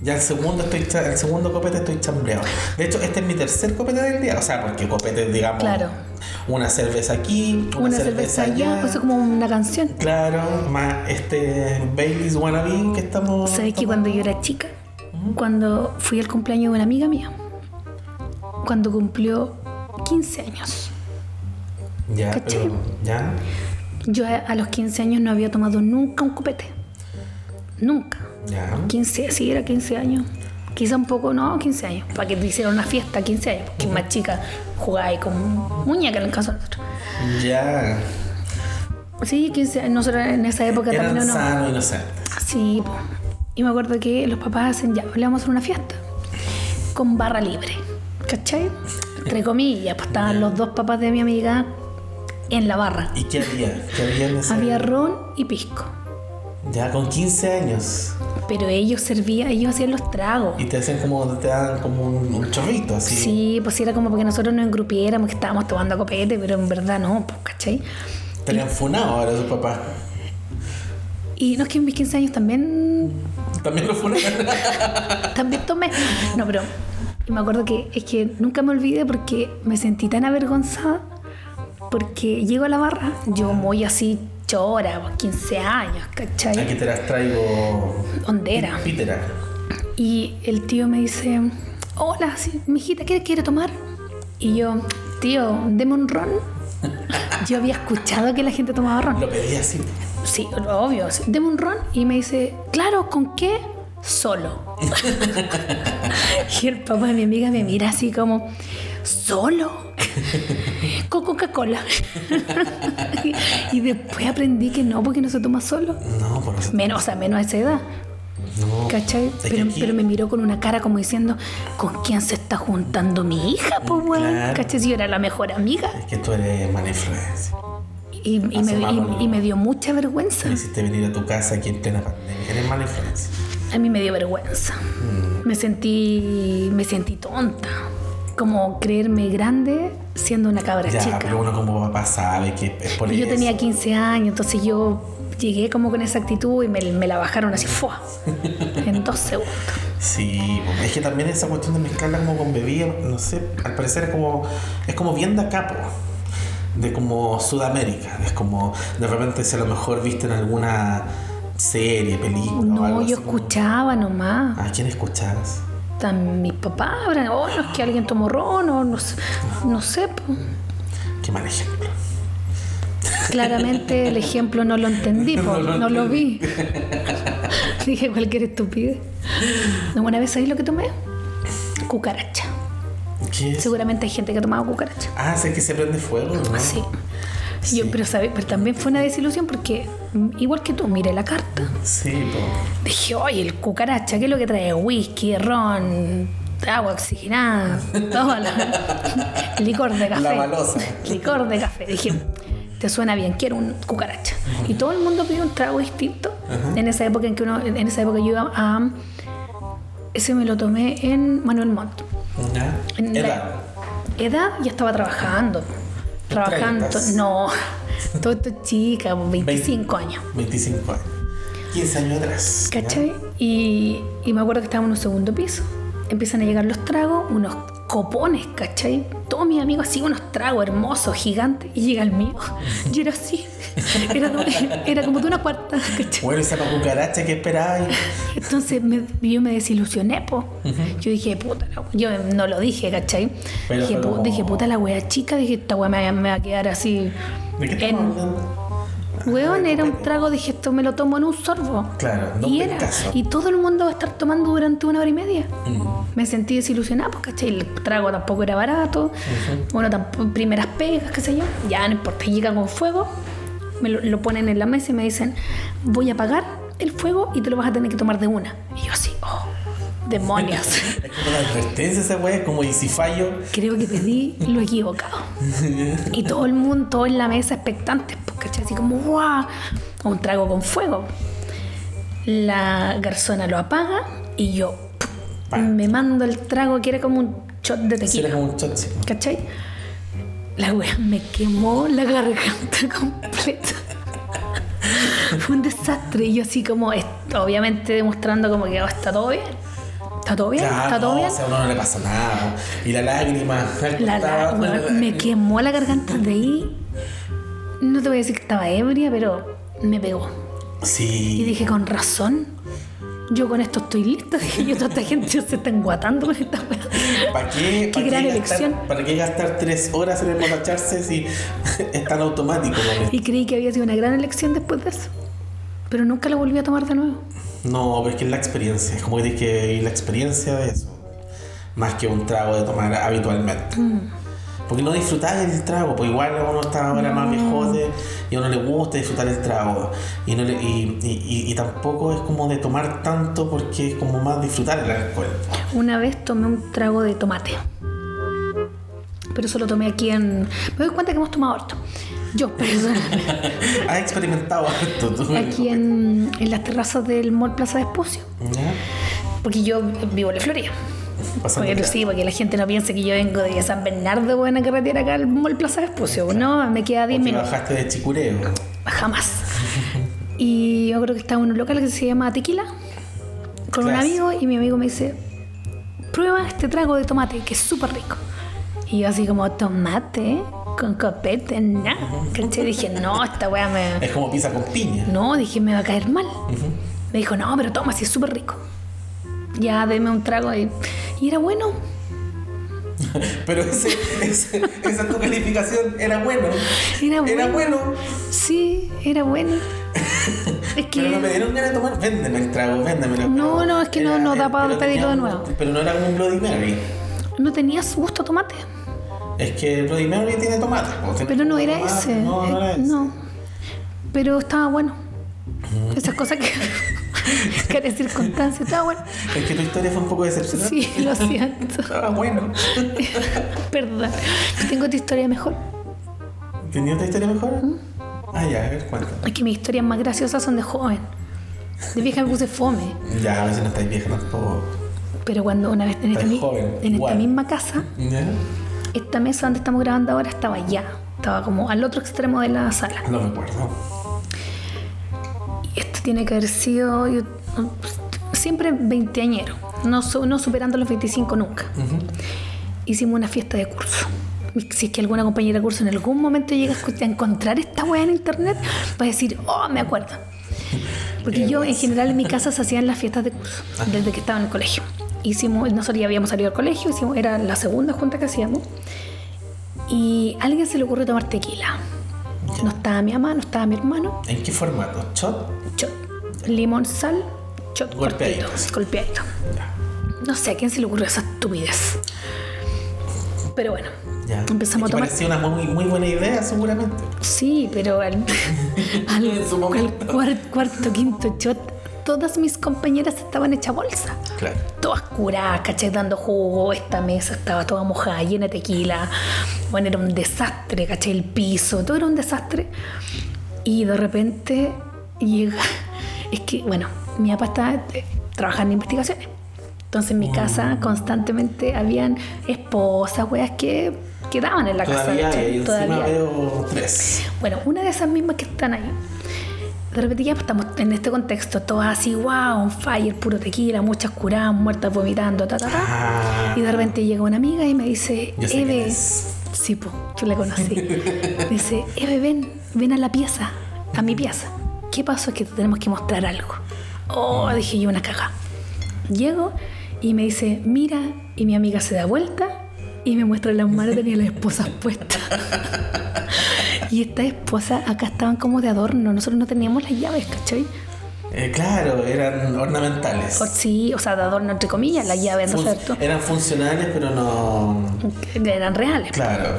Speaker 1: Ya el segundo estoy cha- el segundo copete estoy chambreado. De hecho, este es mi tercer copete del día. O sea, porque copete, digamos,
Speaker 2: Claro.
Speaker 1: una cerveza aquí, una,
Speaker 2: Una, cerveza allá, eso es como una canción.
Speaker 1: Claro, más este Baileys Wannabe que estamos.
Speaker 2: ¿Sabes que
Speaker 1: tomando.
Speaker 2: cuando yo era chica, cuando fui al cumpleaños de una amiga mía, cuando cumplió 15 años,
Speaker 1: Ya,
Speaker 2: ¿Cachai?
Speaker 1: pero, ya.
Speaker 2: yo a, a los 15 años no había tomado nunca un copete. Nunca.
Speaker 1: Ya.
Speaker 2: 15, sí, era 15 años. Quizá un poco, no, 15 años. Para que te hicieran una fiesta, 15 años. Porque más chica jugaba ahí con muñeca en el caso de nosotros.
Speaker 1: Ya.
Speaker 2: Sí, 15 años. Nosotros en esa época
Speaker 1: Eran
Speaker 2: también no.
Speaker 1: sano, inocente.
Speaker 2: Sí, po. y me acuerdo que los papás hacen ya, le vamos a hacer una fiesta con barra libre, ¿cachai? Entre comillas, pues estaban los dos papás de mi amiga en la barra.
Speaker 1: ¿Y qué había? ¿Qué había en ese-
Speaker 2: Había ron y pisco,
Speaker 1: Ya con 15 años.
Speaker 2: pero ellos servían, ellos hacían los tragos.
Speaker 1: Y te hacen como, te dan como un, un chorrito así.
Speaker 2: Sí, pues era como porque nosotros nos engrupiéramos, que estábamos tomando copete, pero en verdad no, pues, ¿cachai?
Speaker 1: Te habían funado ahora sus papás.
Speaker 2: Y no es que en mis 15 años también
Speaker 1: También lo funaron.
Speaker 2: También tomé. No, pero me acuerdo que es que nunca me olvidé porque me sentí tan avergonzada porque llego a la barra, yo muy así chora, pues, 15 años,
Speaker 1: Aquí
Speaker 2: ¿cachai?
Speaker 1: te las traigo.
Speaker 2: Hondera.
Speaker 1: Pítera.
Speaker 2: Y el tío me dice, hola, sí, mijita, ¿qué quiere tomar? Y yo, tío, deme un ron. Yo había escuchado que la gente tomaba ron.
Speaker 1: Lo pedí así.
Speaker 2: Sí, obvio, sí, deme un ron. Y me dice, claro, ¿con qué? Solo. Y el papá de mi amiga me mira así como, solo, con Coca-Cola. y después aprendí que no, porque no se toma solo.
Speaker 1: No, por eso.
Speaker 2: Menos, o sea, menos a esa edad,
Speaker 1: No.
Speaker 2: ¿cachai?
Speaker 1: Es que
Speaker 2: Pero,
Speaker 1: aquí-
Speaker 2: pero me miró con una cara como diciendo, ¿con quién se está juntando mi hija, po, weón?
Speaker 1: Claro.
Speaker 2: ¿Cachai? Si yo era la mejor amiga.
Speaker 1: Es que tú eres mala influencia.
Speaker 2: Y, y me,
Speaker 1: Asomamos.
Speaker 2: y- y me dio mucha vergüenza.
Speaker 1: Me hiciste venir a tu casa aquí en plena pandemia. Eres mala influencia.
Speaker 2: A mí me dio vergüenza.
Speaker 1: Mm.
Speaker 2: Me sentí, me sentí tonta. Como creerme grande siendo una cabra
Speaker 1: ya,
Speaker 2: chica.
Speaker 1: pero uno como papá sabe que es por
Speaker 2: Y yo
Speaker 1: eso.
Speaker 2: tenía 15 años, entonces yo llegué como con esa actitud y me, me la bajaron así, ¡fua! En dos segundos.
Speaker 1: Sí, es que también esa cuestión de mezclarla como con bebida, no sé, al parecer es como, es como bien de acá, po, de como Sudamérica, es como de repente si a lo mejor viste en alguna serie, película o algo
Speaker 2: No,
Speaker 1: así
Speaker 2: yo
Speaker 1: como-
Speaker 2: escuchaba nomás.
Speaker 1: ¿A quién escuchabas?
Speaker 2: Tan mis papás, habrán, oh, no, es que alguien tomó ron, o no, sé- no sé. po".
Speaker 1: Qué mal ejemplo.
Speaker 2: Claramente el ejemplo no lo entendí, po,
Speaker 1: No lo
Speaker 2: no lo vi. Dije cualquier estupidez. ¿Una vez sabéis lo que tomé? Cucaracha.
Speaker 1: ¿Qué es?
Speaker 2: Seguramente hay gente que ha tomado cucaracha.
Speaker 1: Ah, sé que se prende fuego, ¿no?
Speaker 2: Sí. Yo, pero, ¿sabes? pero también fue una desilusión porque, mm, igual que tú, miré la carta.
Speaker 1: Sí, po.
Speaker 2: Dije, oye, el cucaracha, ¿qué es lo que trae? Whisky, ron, agua oxigenada, todo. la- licor de café.
Speaker 1: La balosa.
Speaker 2: Licor de café. Dije, te suena bien, quiero un cucaracha. Y todo el mundo pidió un trago distinto. En esa época en que uno, en esa época yo iba a. Ese me lo tomé en Manuel Montt.
Speaker 1: ¿Ya?
Speaker 2: En la-
Speaker 1: Edad.
Speaker 2: edad ya estaba trabajando. Trabajando.
Speaker 1: Treintas.
Speaker 2: No. Todo esto es chica, 25 años.
Speaker 1: 25 años. 15 años atrás. ¿ya?
Speaker 2: ¿Cachai? Y, y me acuerdo que estábamos en un segundo piso. Empiezan a llegar los tragos, unos copones, ¿cachai? Todos mis amigos así, unos tragos hermosos, gigantes, y llega el mío. Yo era así, era, de- era como de una cuarta, ¿cachai?
Speaker 1: Bueno, esa cucaracha que esperaba y-
Speaker 2: Entonces me- yo me desilusioné, po. Yo dije, puta, la wea. yo no lo dije, ¿cachai?
Speaker 1: Pero
Speaker 2: Dije,
Speaker 1: fue
Speaker 2: pu-
Speaker 1: como-
Speaker 2: dije, puta, la wea chica, dije, esta wea me, me va a quedar así.
Speaker 1: ¿De qué
Speaker 2: en-
Speaker 1: estamos hablando? Ah,
Speaker 2: Weón, era un trago, dije, esto me lo tomo en un sorbo.
Speaker 1: Claro, no
Speaker 2: y
Speaker 1: me
Speaker 2: era.
Speaker 1: caso.
Speaker 2: Y todo el mundo va a estar tomando durante una hora y media.
Speaker 1: Mm.
Speaker 2: Me sentí desilusionada, pues, ¿cachai? El trago tampoco era barato. Bueno, tampoco, primeras pegas, qué sé yo. Ya no importa, llega con fuego. Me lo, lo ponen en la mesa y me dicen, voy a apagar el fuego y te lo vas a tener que tomar de una. Y yo así, oh, demonios.
Speaker 1: Es como una advertencia esa wea, es como y si fallo.
Speaker 2: Creo que pedí lo equivocado. Y todo el mundo, todo en la mesa expectantes, pues, ¿cachai? Así como, ¡guau! Un trago con fuego. La garzona lo apaga y yo ¡puf!
Speaker 1: Pa.
Speaker 2: me mando el trago que era como un shot de
Speaker 1: Sí,
Speaker 2: tequila.
Speaker 1: era como un shot, sí.
Speaker 2: ¿Cachai? La wea me quemó la garganta completa. Fue un desastre. Y yo así como, est- obviamente demostrando como que oh, está todo bien. Está todo bien,
Speaker 1: Claro,
Speaker 2: está todo
Speaker 1: no,
Speaker 2: bien.
Speaker 1: o sea, a uno no le pasa nada. Y la lágrima.
Speaker 2: La, la-
Speaker 1: estaba-
Speaker 2: weón, me quemó la garganta de ahí. No te voy a decir que estaba ebria, pero me pegó. Y
Speaker 1: Sí.
Speaker 2: dije, con razón. Yo con esto estoy lista. Dije, yo toda esta gente se está enguatando con esta wea.
Speaker 1: ¿Para qué,
Speaker 2: Qué
Speaker 1: para, qué
Speaker 2: gran
Speaker 1: gastar,
Speaker 2: elección.
Speaker 1: ¿Para qué gastar tres horas en emborracharse si es tan automático? ¿no?
Speaker 2: Y creí que había sido una gran elección después de eso. Pero nunca lo volví a tomar de nuevo.
Speaker 1: No, pero es que es la experiencia. Es como que tienes que ir la experiencia de eso. Más que un trago de tomar habitualmente.
Speaker 2: Mm.
Speaker 1: Porque no disfrutás el trago, pues igual uno está ahora más viejote y a uno le gusta disfrutar el trago. Y, no le- y, y- y- y tampoco es como de tomar tanto porque es como más disfrutar el alcohol.
Speaker 2: Una vez tomé un trago de tomate. Pero eso lo tomé aquí en. Me doy cuenta que hemos tomado harto. Yo, personalmente.
Speaker 1: Has experimentado esto tú.
Speaker 2: aquí en, en las terrazas del Mall Plaza Vespucio.
Speaker 1: ¿Ya?
Speaker 2: Porque yo vivo en la Florida.
Speaker 1: Pasando
Speaker 2: Porque,
Speaker 1: el-
Speaker 2: sí, porque la gente no piensa que yo vengo de San Bernardo, buena carretera acá al Mall Plaza Vespucio. No, me queda 10
Speaker 1: porque
Speaker 2: minutos.
Speaker 1: bajaste de chicureo.
Speaker 2: Jamás. Y yo creo que estaba en un local que se llama Tequila con un
Speaker 1: Class.
Speaker 2: amigo y mi amigo me dice, prueba este trago de tomate que es súper rico. Y yo así como, tomate con copete, nada. ¿Cachai? Dije, no, esta weá me...
Speaker 1: Es como pizza con piña.
Speaker 2: No, dije, me va a caer mal. Me dijo, no, pero toma, si es súper rico. Ya, deme un trago y, y era bueno.
Speaker 1: Pero ese- ese- esa es tu calificación. Era bueno.
Speaker 2: Era bueno.
Speaker 1: Era bueno.
Speaker 2: Sí, era bueno. es que...
Speaker 1: Pero no me dieron ganas de tomar, véndeme el trago, véndemelo.
Speaker 2: No,
Speaker 1: Pero
Speaker 2: no, es que no- no da para
Speaker 1: pero
Speaker 2: pedirlo de
Speaker 1: tenía
Speaker 2: nuevo.
Speaker 1: un- Pero no era como un Bloody Mary.
Speaker 2: No tenía su gusto a tomate,
Speaker 1: Es que el Bloody Mary tiene tomate. po, tiene
Speaker 2: pero no
Speaker 1: como
Speaker 2: era
Speaker 1: tomate.
Speaker 2: ese.
Speaker 1: No, no era
Speaker 2: Eh,
Speaker 1: ese.
Speaker 2: no. Pero estaba bueno.
Speaker 1: Mm.
Speaker 2: Esas cosas que. que de circunstancia, estaba bueno.
Speaker 1: Es que tu historia fue un poco decepcionante.
Speaker 2: Sí, lo siento.
Speaker 1: Estaba bueno.
Speaker 2: Perdón. Tengo otra historia mejor.
Speaker 1: ¿Tenía otra historia mejor? Ah, ya, a ver, cuéntame.
Speaker 2: Es que mis historias más graciosas son de joven. De vieja me puse fome.
Speaker 1: Ya, a veces no estáis vieja tampoco.
Speaker 2: Pero cuando una vez en esta,
Speaker 1: Estás
Speaker 2: mi-
Speaker 1: joven,
Speaker 2: en esta
Speaker 1: igual.
Speaker 2: misma casa,
Speaker 1: ¿Ya?
Speaker 2: esta mesa donde estamos grabando ahora estaba allá. Estaba como al otro extremo de la sala.
Speaker 1: No me acuerdo.
Speaker 2: Y Esto tiene que haber sido yo- siempre veinteañero, no, su- no superando los 25 nunca. Hicimos una fiesta de curso. Si es que alguna compañera de curso en algún momento llega a escu- a encontrar esta weá en internet, va a decir, oh, me acuerdo. Porque
Speaker 1: Qué
Speaker 2: yo en
Speaker 1: vergüenza.
Speaker 2: general en mi casa se hacían las fiestas de curso, desde que estaba en el colegio. Hicimos, nosotros ya habíamos salido del colegio, hicimos, era la segunda junta que hacíamos. Y a alguien se le ocurrió tomar tequila. No estaba mi mamá, no estaba mi hermano,
Speaker 1: ¿En qué formato? ¿Shot?
Speaker 2: Shot. Limón, sal, shot
Speaker 1: Golpeadito.
Speaker 2: cortito, golpeadito.
Speaker 1: Ya.
Speaker 2: No sé a quién se le ocurrió esa estupidez. Pero bueno,
Speaker 1: ya.
Speaker 2: empezamos
Speaker 1: Es
Speaker 2: a
Speaker 1: que
Speaker 2: tomar.
Speaker 1: Parecía una muy, muy buena idea, seguramente.
Speaker 2: Sí, pero al, al,
Speaker 1: En su momento.
Speaker 2: al cuar- cuarto, quinto shot, todas mis compañeras estaban hechas bolsa.
Speaker 1: Claro.
Speaker 2: Todas curadas, ¿cachai? Dando jugo, esta mesa estaba toda mojada, llena de tequila. Bueno, era un desastre, ¿cachai? El piso, todo era un desastre. Y de repente llega. Es que, bueno, mi papá está eh, trabajando en investigaciones. Entonces en mi casa constantemente habían esposas, weas que quedaban en la casa.
Speaker 1: Todavía
Speaker 2: ¿cachai?
Speaker 1: hay, y encima
Speaker 2: Todavía hay.
Speaker 1: veo tres.
Speaker 2: Bueno, una de esas mismas que están ahí de repente ya estamos en este contexto, todos así, wow, on fire, puro tequila, muchas curadas, muertas vomitando, ta, ta, ta.
Speaker 1: Ah.
Speaker 2: Y de repente llega una amiga y me dice,
Speaker 1: Yo sé quién
Speaker 2: Eve,
Speaker 1: es.
Speaker 2: sí, po, yo la conocí. dice, Eve, ven, ven a la pieza, a mi pieza. ¿Qué pasó? Es que te tenemos que mostrar algo. Oh, dije yo, una caja. Llego y me dice, mira, y mi amiga se da vuelta y me muestra las manos de las esposas puestas. Y estas esposas acá estaban como de adorno, nosotros no teníamos las llaves, ¿cachai?
Speaker 1: Eh, claro, eran ornamentales.
Speaker 2: O, sí, o sea, de adorno entre comillas, las llaves, ¿no es
Speaker 1: Fun- eh,
Speaker 2: cierto?
Speaker 1: eran funcionales, pero no.
Speaker 2: Eran reales.
Speaker 1: Claro.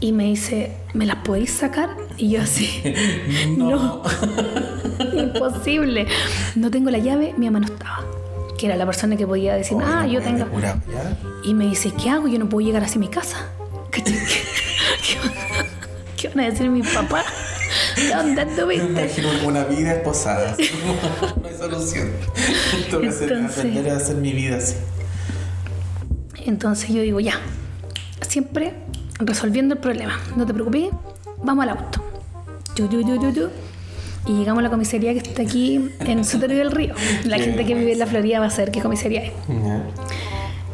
Speaker 2: Y me dice, ¿me las podéis sacar? Y yo así, no, imposible. No tengo la llave, mi mamá no estaba. Que era la persona que podía decir,
Speaker 1: Oye,
Speaker 2: ah,
Speaker 1: no
Speaker 2: yo
Speaker 1: puede
Speaker 2: tengo.
Speaker 1: depurar, ¿ya?
Speaker 2: Y me dice, ¿qué hago? Yo no puedo llegar hacia mi casa. ¿Cachai? ¿Qué, qué, van- qué van a decir mis papás? ¿Dónde
Speaker 1: Me
Speaker 2: anduviste?
Speaker 1: imagino una vida esposada. así como, no hay solución. Tengo que hacer-
Speaker 2: Entonces-
Speaker 1: aprender a hacer mi vida así.
Speaker 2: Entonces yo digo, ya, siempre resolviendo el problema. No te preocupes, vamos al auto. Yo, yo, yo, yo, yo. Y llegamos a la comisaría que está aquí en Soterio del Río. La
Speaker 1: Qué
Speaker 2: gente que vive en la Florida va a saber qué comisaría es.
Speaker 1: Ya.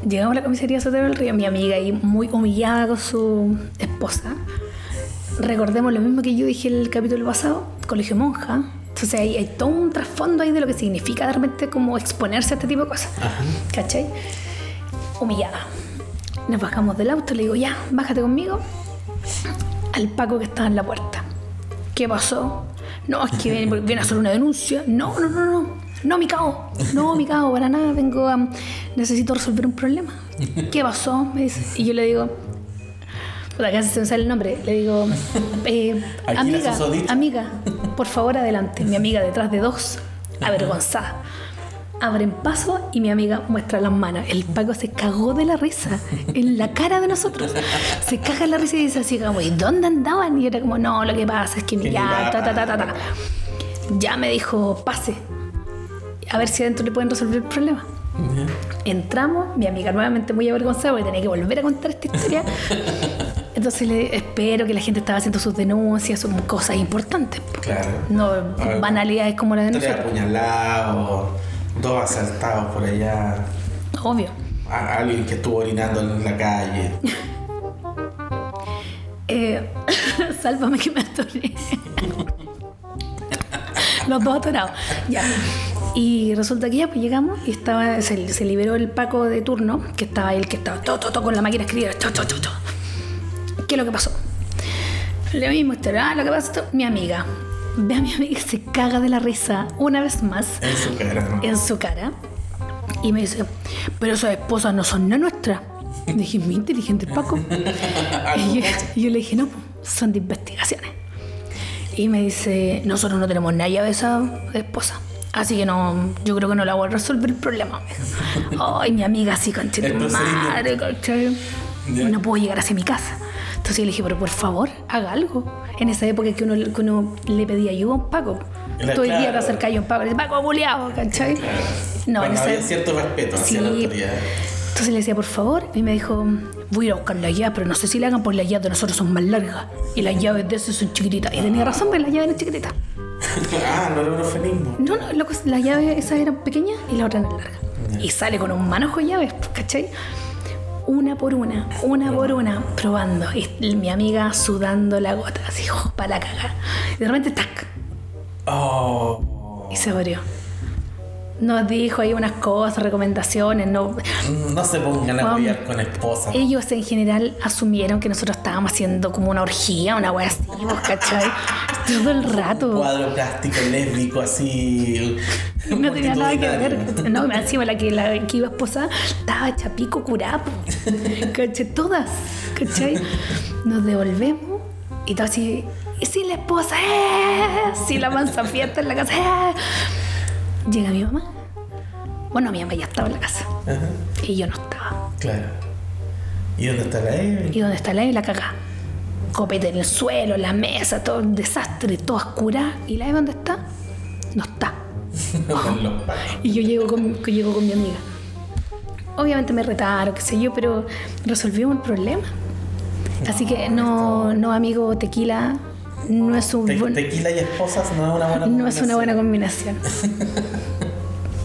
Speaker 2: Llegamos a la comisaría de Sotero del Río, mi amiga ahí muy humillada con su esposa. Recordemos lo mismo que yo dije en el capítulo pasado, colegio monja. Entonces hay, hay todo un trasfondo ahí de lo que significa de repente como exponerse a este tipo de cosas.
Speaker 1: Ah.
Speaker 2: ¿Cachai? Humillada. Nos bajamos del auto, le digo, ya, bájate conmigo. Al Paco que estaba en la puerta. ¿Qué pasó? No, es que viene, viene a hacer una denuncia. No, no, no, no. No, mi cago. No, mi cago, para nada. Vengo a... Necesito resolver un problema. ¿Qué pasó? Me dice. Y yo le digo... Por acá se me sale el nombre. Le digo... eh,
Speaker 1: Aquí la
Speaker 2: amiga,
Speaker 1: susodicha.
Speaker 2: amiga, por favor, adelante. Mi amiga detrás de dos, avergonzada. Abren paso y mi amiga muestra las manos. El Paco se cagó de la risa en la cara de nosotros. Se caga en la risa y dice así como, ¿y dónde andaban? Y era como, no, lo que pasa es que
Speaker 1: Que ya,
Speaker 2: ya, ta, ta, ta, ta, ta. Ya me dijo, pase. A ver si adentro le pueden resolver el problema.
Speaker 1: Ya.
Speaker 2: Entramos, mi amiga nuevamente muy avergonzada porque tenía que volver a contar esta historia. Entonces le espero que la gente estaba haciendo sus denuncias, sus cosas importantes. po.
Speaker 1: Claro.
Speaker 2: No
Speaker 1: A ver,
Speaker 2: banalidades como la de
Speaker 1: Tres
Speaker 2: nosotros.
Speaker 1: apuñalados, dos asaltados por allá,
Speaker 2: Obvio.
Speaker 1: a- alguien que estuvo orinando en la calle.
Speaker 2: Eh, sálvame que me atoré. Los dos atorados. Ya. Y resulta que ya pues llegamos y estaba, se, se liberó el Paco de turno, que estaba ahí, el que estaba todo, todo, todo con la máquina escribida. Todo, todo, todo, todo. ¿Qué es lo que pasó? Lo mismo, esto, ah, lo que pasó, esto. mi amiga. Ve a mi amiga que se caga de la risa una vez más
Speaker 1: En su cara. ¿no?
Speaker 2: en su cara y me dice, pero esas esposas no son no nuestras. Le dije, muy inteligente el Paco.
Speaker 1: Ah,
Speaker 2: y yo, yo le dije, no, po, son de investigaciones. Y me dice, nosotros no tenemos nadie de esa esposa. Así que no, yo creo que no la voy a resolver el problema. me dijo. Ay, mi amiga así, conchita
Speaker 1: El procedimiento.
Speaker 2: madre, ¿cachai?
Speaker 1: Ya.
Speaker 2: No puedo llegar hacia mi casa. Entonces yo le dije, pero por favor, haga algo. En esa época que uno, que uno le pedía ayuda a un Paco.
Speaker 1: Era
Speaker 2: Todo el día
Speaker 1: claro.
Speaker 2: te acercáis a un Paco y le decís, Paco, buleado, ¿cachai?
Speaker 1: Claro.
Speaker 2: No, en
Speaker 1: Cuando
Speaker 2: esa-
Speaker 1: había cierto respeto hacia la
Speaker 2: Sí.
Speaker 1: autoridad.
Speaker 2: Entonces le decía, por favor, y me dijo, voy a ir a buscar las llaves, pero no sé si la hagan porque las llaves de nosotros son más largas y las llaves de esos son chiquititas. Y tenía razón, pero las llaves eran chiquititas.
Speaker 1: ah, no era un eufemismo.
Speaker 2: No, no, loco, las llaves esas eran pequeñas y las otras eran largas. Y sale con un manojo de llaves, pues, ¿cachai? Una por una, una por una, probando. Y l- mi amiga sudando la gota, así, para la caga. Y de repente, ¡tac!
Speaker 1: Oh.
Speaker 2: Y se abrió. Nos dijo ahí unas cosas, recomendaciones, no...
Speaker 1: No se pongan a
Speaker 2: Vamos.
Speaker 1: pelear con esposas.
Speaker 2: Ellos en general asumieron que nosotros estábamos haciendo como una orgía, una wea así, pues, ¿cachai? Todo el
Speaker 1: Un
Speaker 2: rato.
Speaker 1: cuadro plástico lésbico así.
Speaker 2: No tenía nada que
Speaker 1: multitudinario.
Speaker 2: ver. No, más encima la que, la que iba esposada estaba chapico curapo. ¿Cachai? Todas. ¿Cachai? Nos devolvemos y todo así. Y si la esposa, ¡eh! Si la mansa fiesta en la casa, ¡eh! Llega mi mamá. Bueno, mi mamá ya estaba en la casa.
Speaker 1: Ajá,
Speaker 2: Y yo no estaba.
Speaker 1: claro. ¿Y dónde está la Evelyn?
Speaker 2: Y donde está la Eve, la caga. Copete en el suelo, la mesa, todo un desastre, todo oscura. ¿Y la Eve dónde está? No está.
Speaker 1: con los pacos.
Speaker 2: Y yo llego con, que llego con mi amiga. Obviamente me retaron, qué sé yo, pero resolvimos el problema. Así que no, no, amigo tequila, no es un
Speaker 1: Te-
Speaker 2: buen-
Speaker 1: tequila y esposas no es una buena
Speaker 2: no es una buena combinación.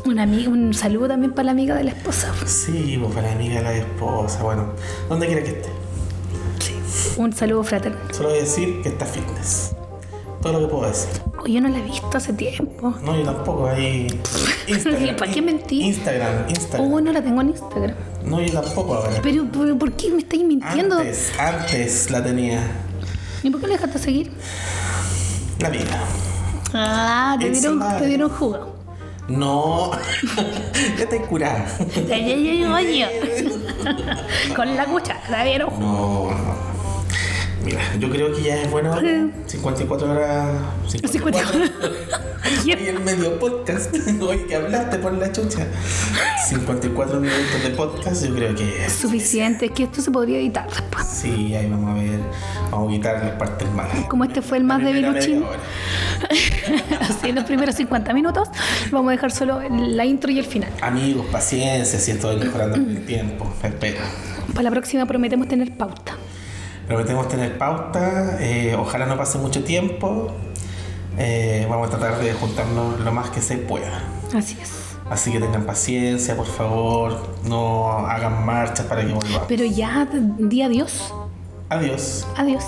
Speaker 2: Un, amigo, un saludo también para la amiga de la esposa.
Speaker 1: Sí, pues para la amiga de la esposa, bueno, donde quiera que esté.
Speaker 2: Sí. Un saludo fraterno.
Speaker 1: Solo voy a decir que está fitness. Todo lo que puedo decir.
Speaker 2: Oh, Yo no la he visto hace tiempo.
Speaker 1: No, yo tampoco, ahí. Instagram.
Speaker 2: ¿Para qué mentir?
Speaker 1: Instagram, Instagram.
Speaker 2: Oh, no la tengo en Instagram.
Speaker 1: No, yo tampoco ahora.
Speaker 2: Pero, pero, ¿por qué me estáis mintiendo?
Speaker 1: Antes, antes la tenía.
Speaker 2: ¿Y por qué la dejaste seguir?
Speaker 1: La vida.
Speaker 2: Ah, te
Speaker 1: Es
Speaker 2: dieron,
Speaker 1: madre.
Speaker 2: te dieron jugo.
Speaker 1: No. ya te curás.
Speaker 2: Ya, ya, ya, ya, ya. Con la cuchara, te dieron jugo.
Speaker 1: No. Mira, yo creo que ya es bueno. 54 horas. 54. Hoy el medio podcast. Hoy que hablaste por la chucha. 54 minutos de podcast, yo creo que es.
Speaker 2: Suficiente, es que esto se podría editar después.
Speaker 1: Sí, ahí vamos a ver. Vamos a quitar las partes malas.
Speaker 2: Como este fue el más de
Speaker 1: Primera
Speaker 2: Biluchín,
Speaker 1: media hora.
Speaker 2: así en los primeros 50 minutos, vamos a dejar solo la intro y el final.
Speaker 1: Amigos, paciencia, si estoy mejorando con el tiempo. Espera.
Speaker 2: Para la próxima prometemos tener pauta.
Speaker 1: Prometemos tener pauta. eh, ojalá no pase mucho tiempo. Eh, vamos a tratar de juntarnos lo más que se pueda.
Speaker 2: Así es.
Speaker 1: Así que tengan paciencia, por favor. No hagan marchas para que volvamos.
Speaker 2: Pero ya, di adiós.
Speaker 1: Adiós.
Speaker 2: Adiós.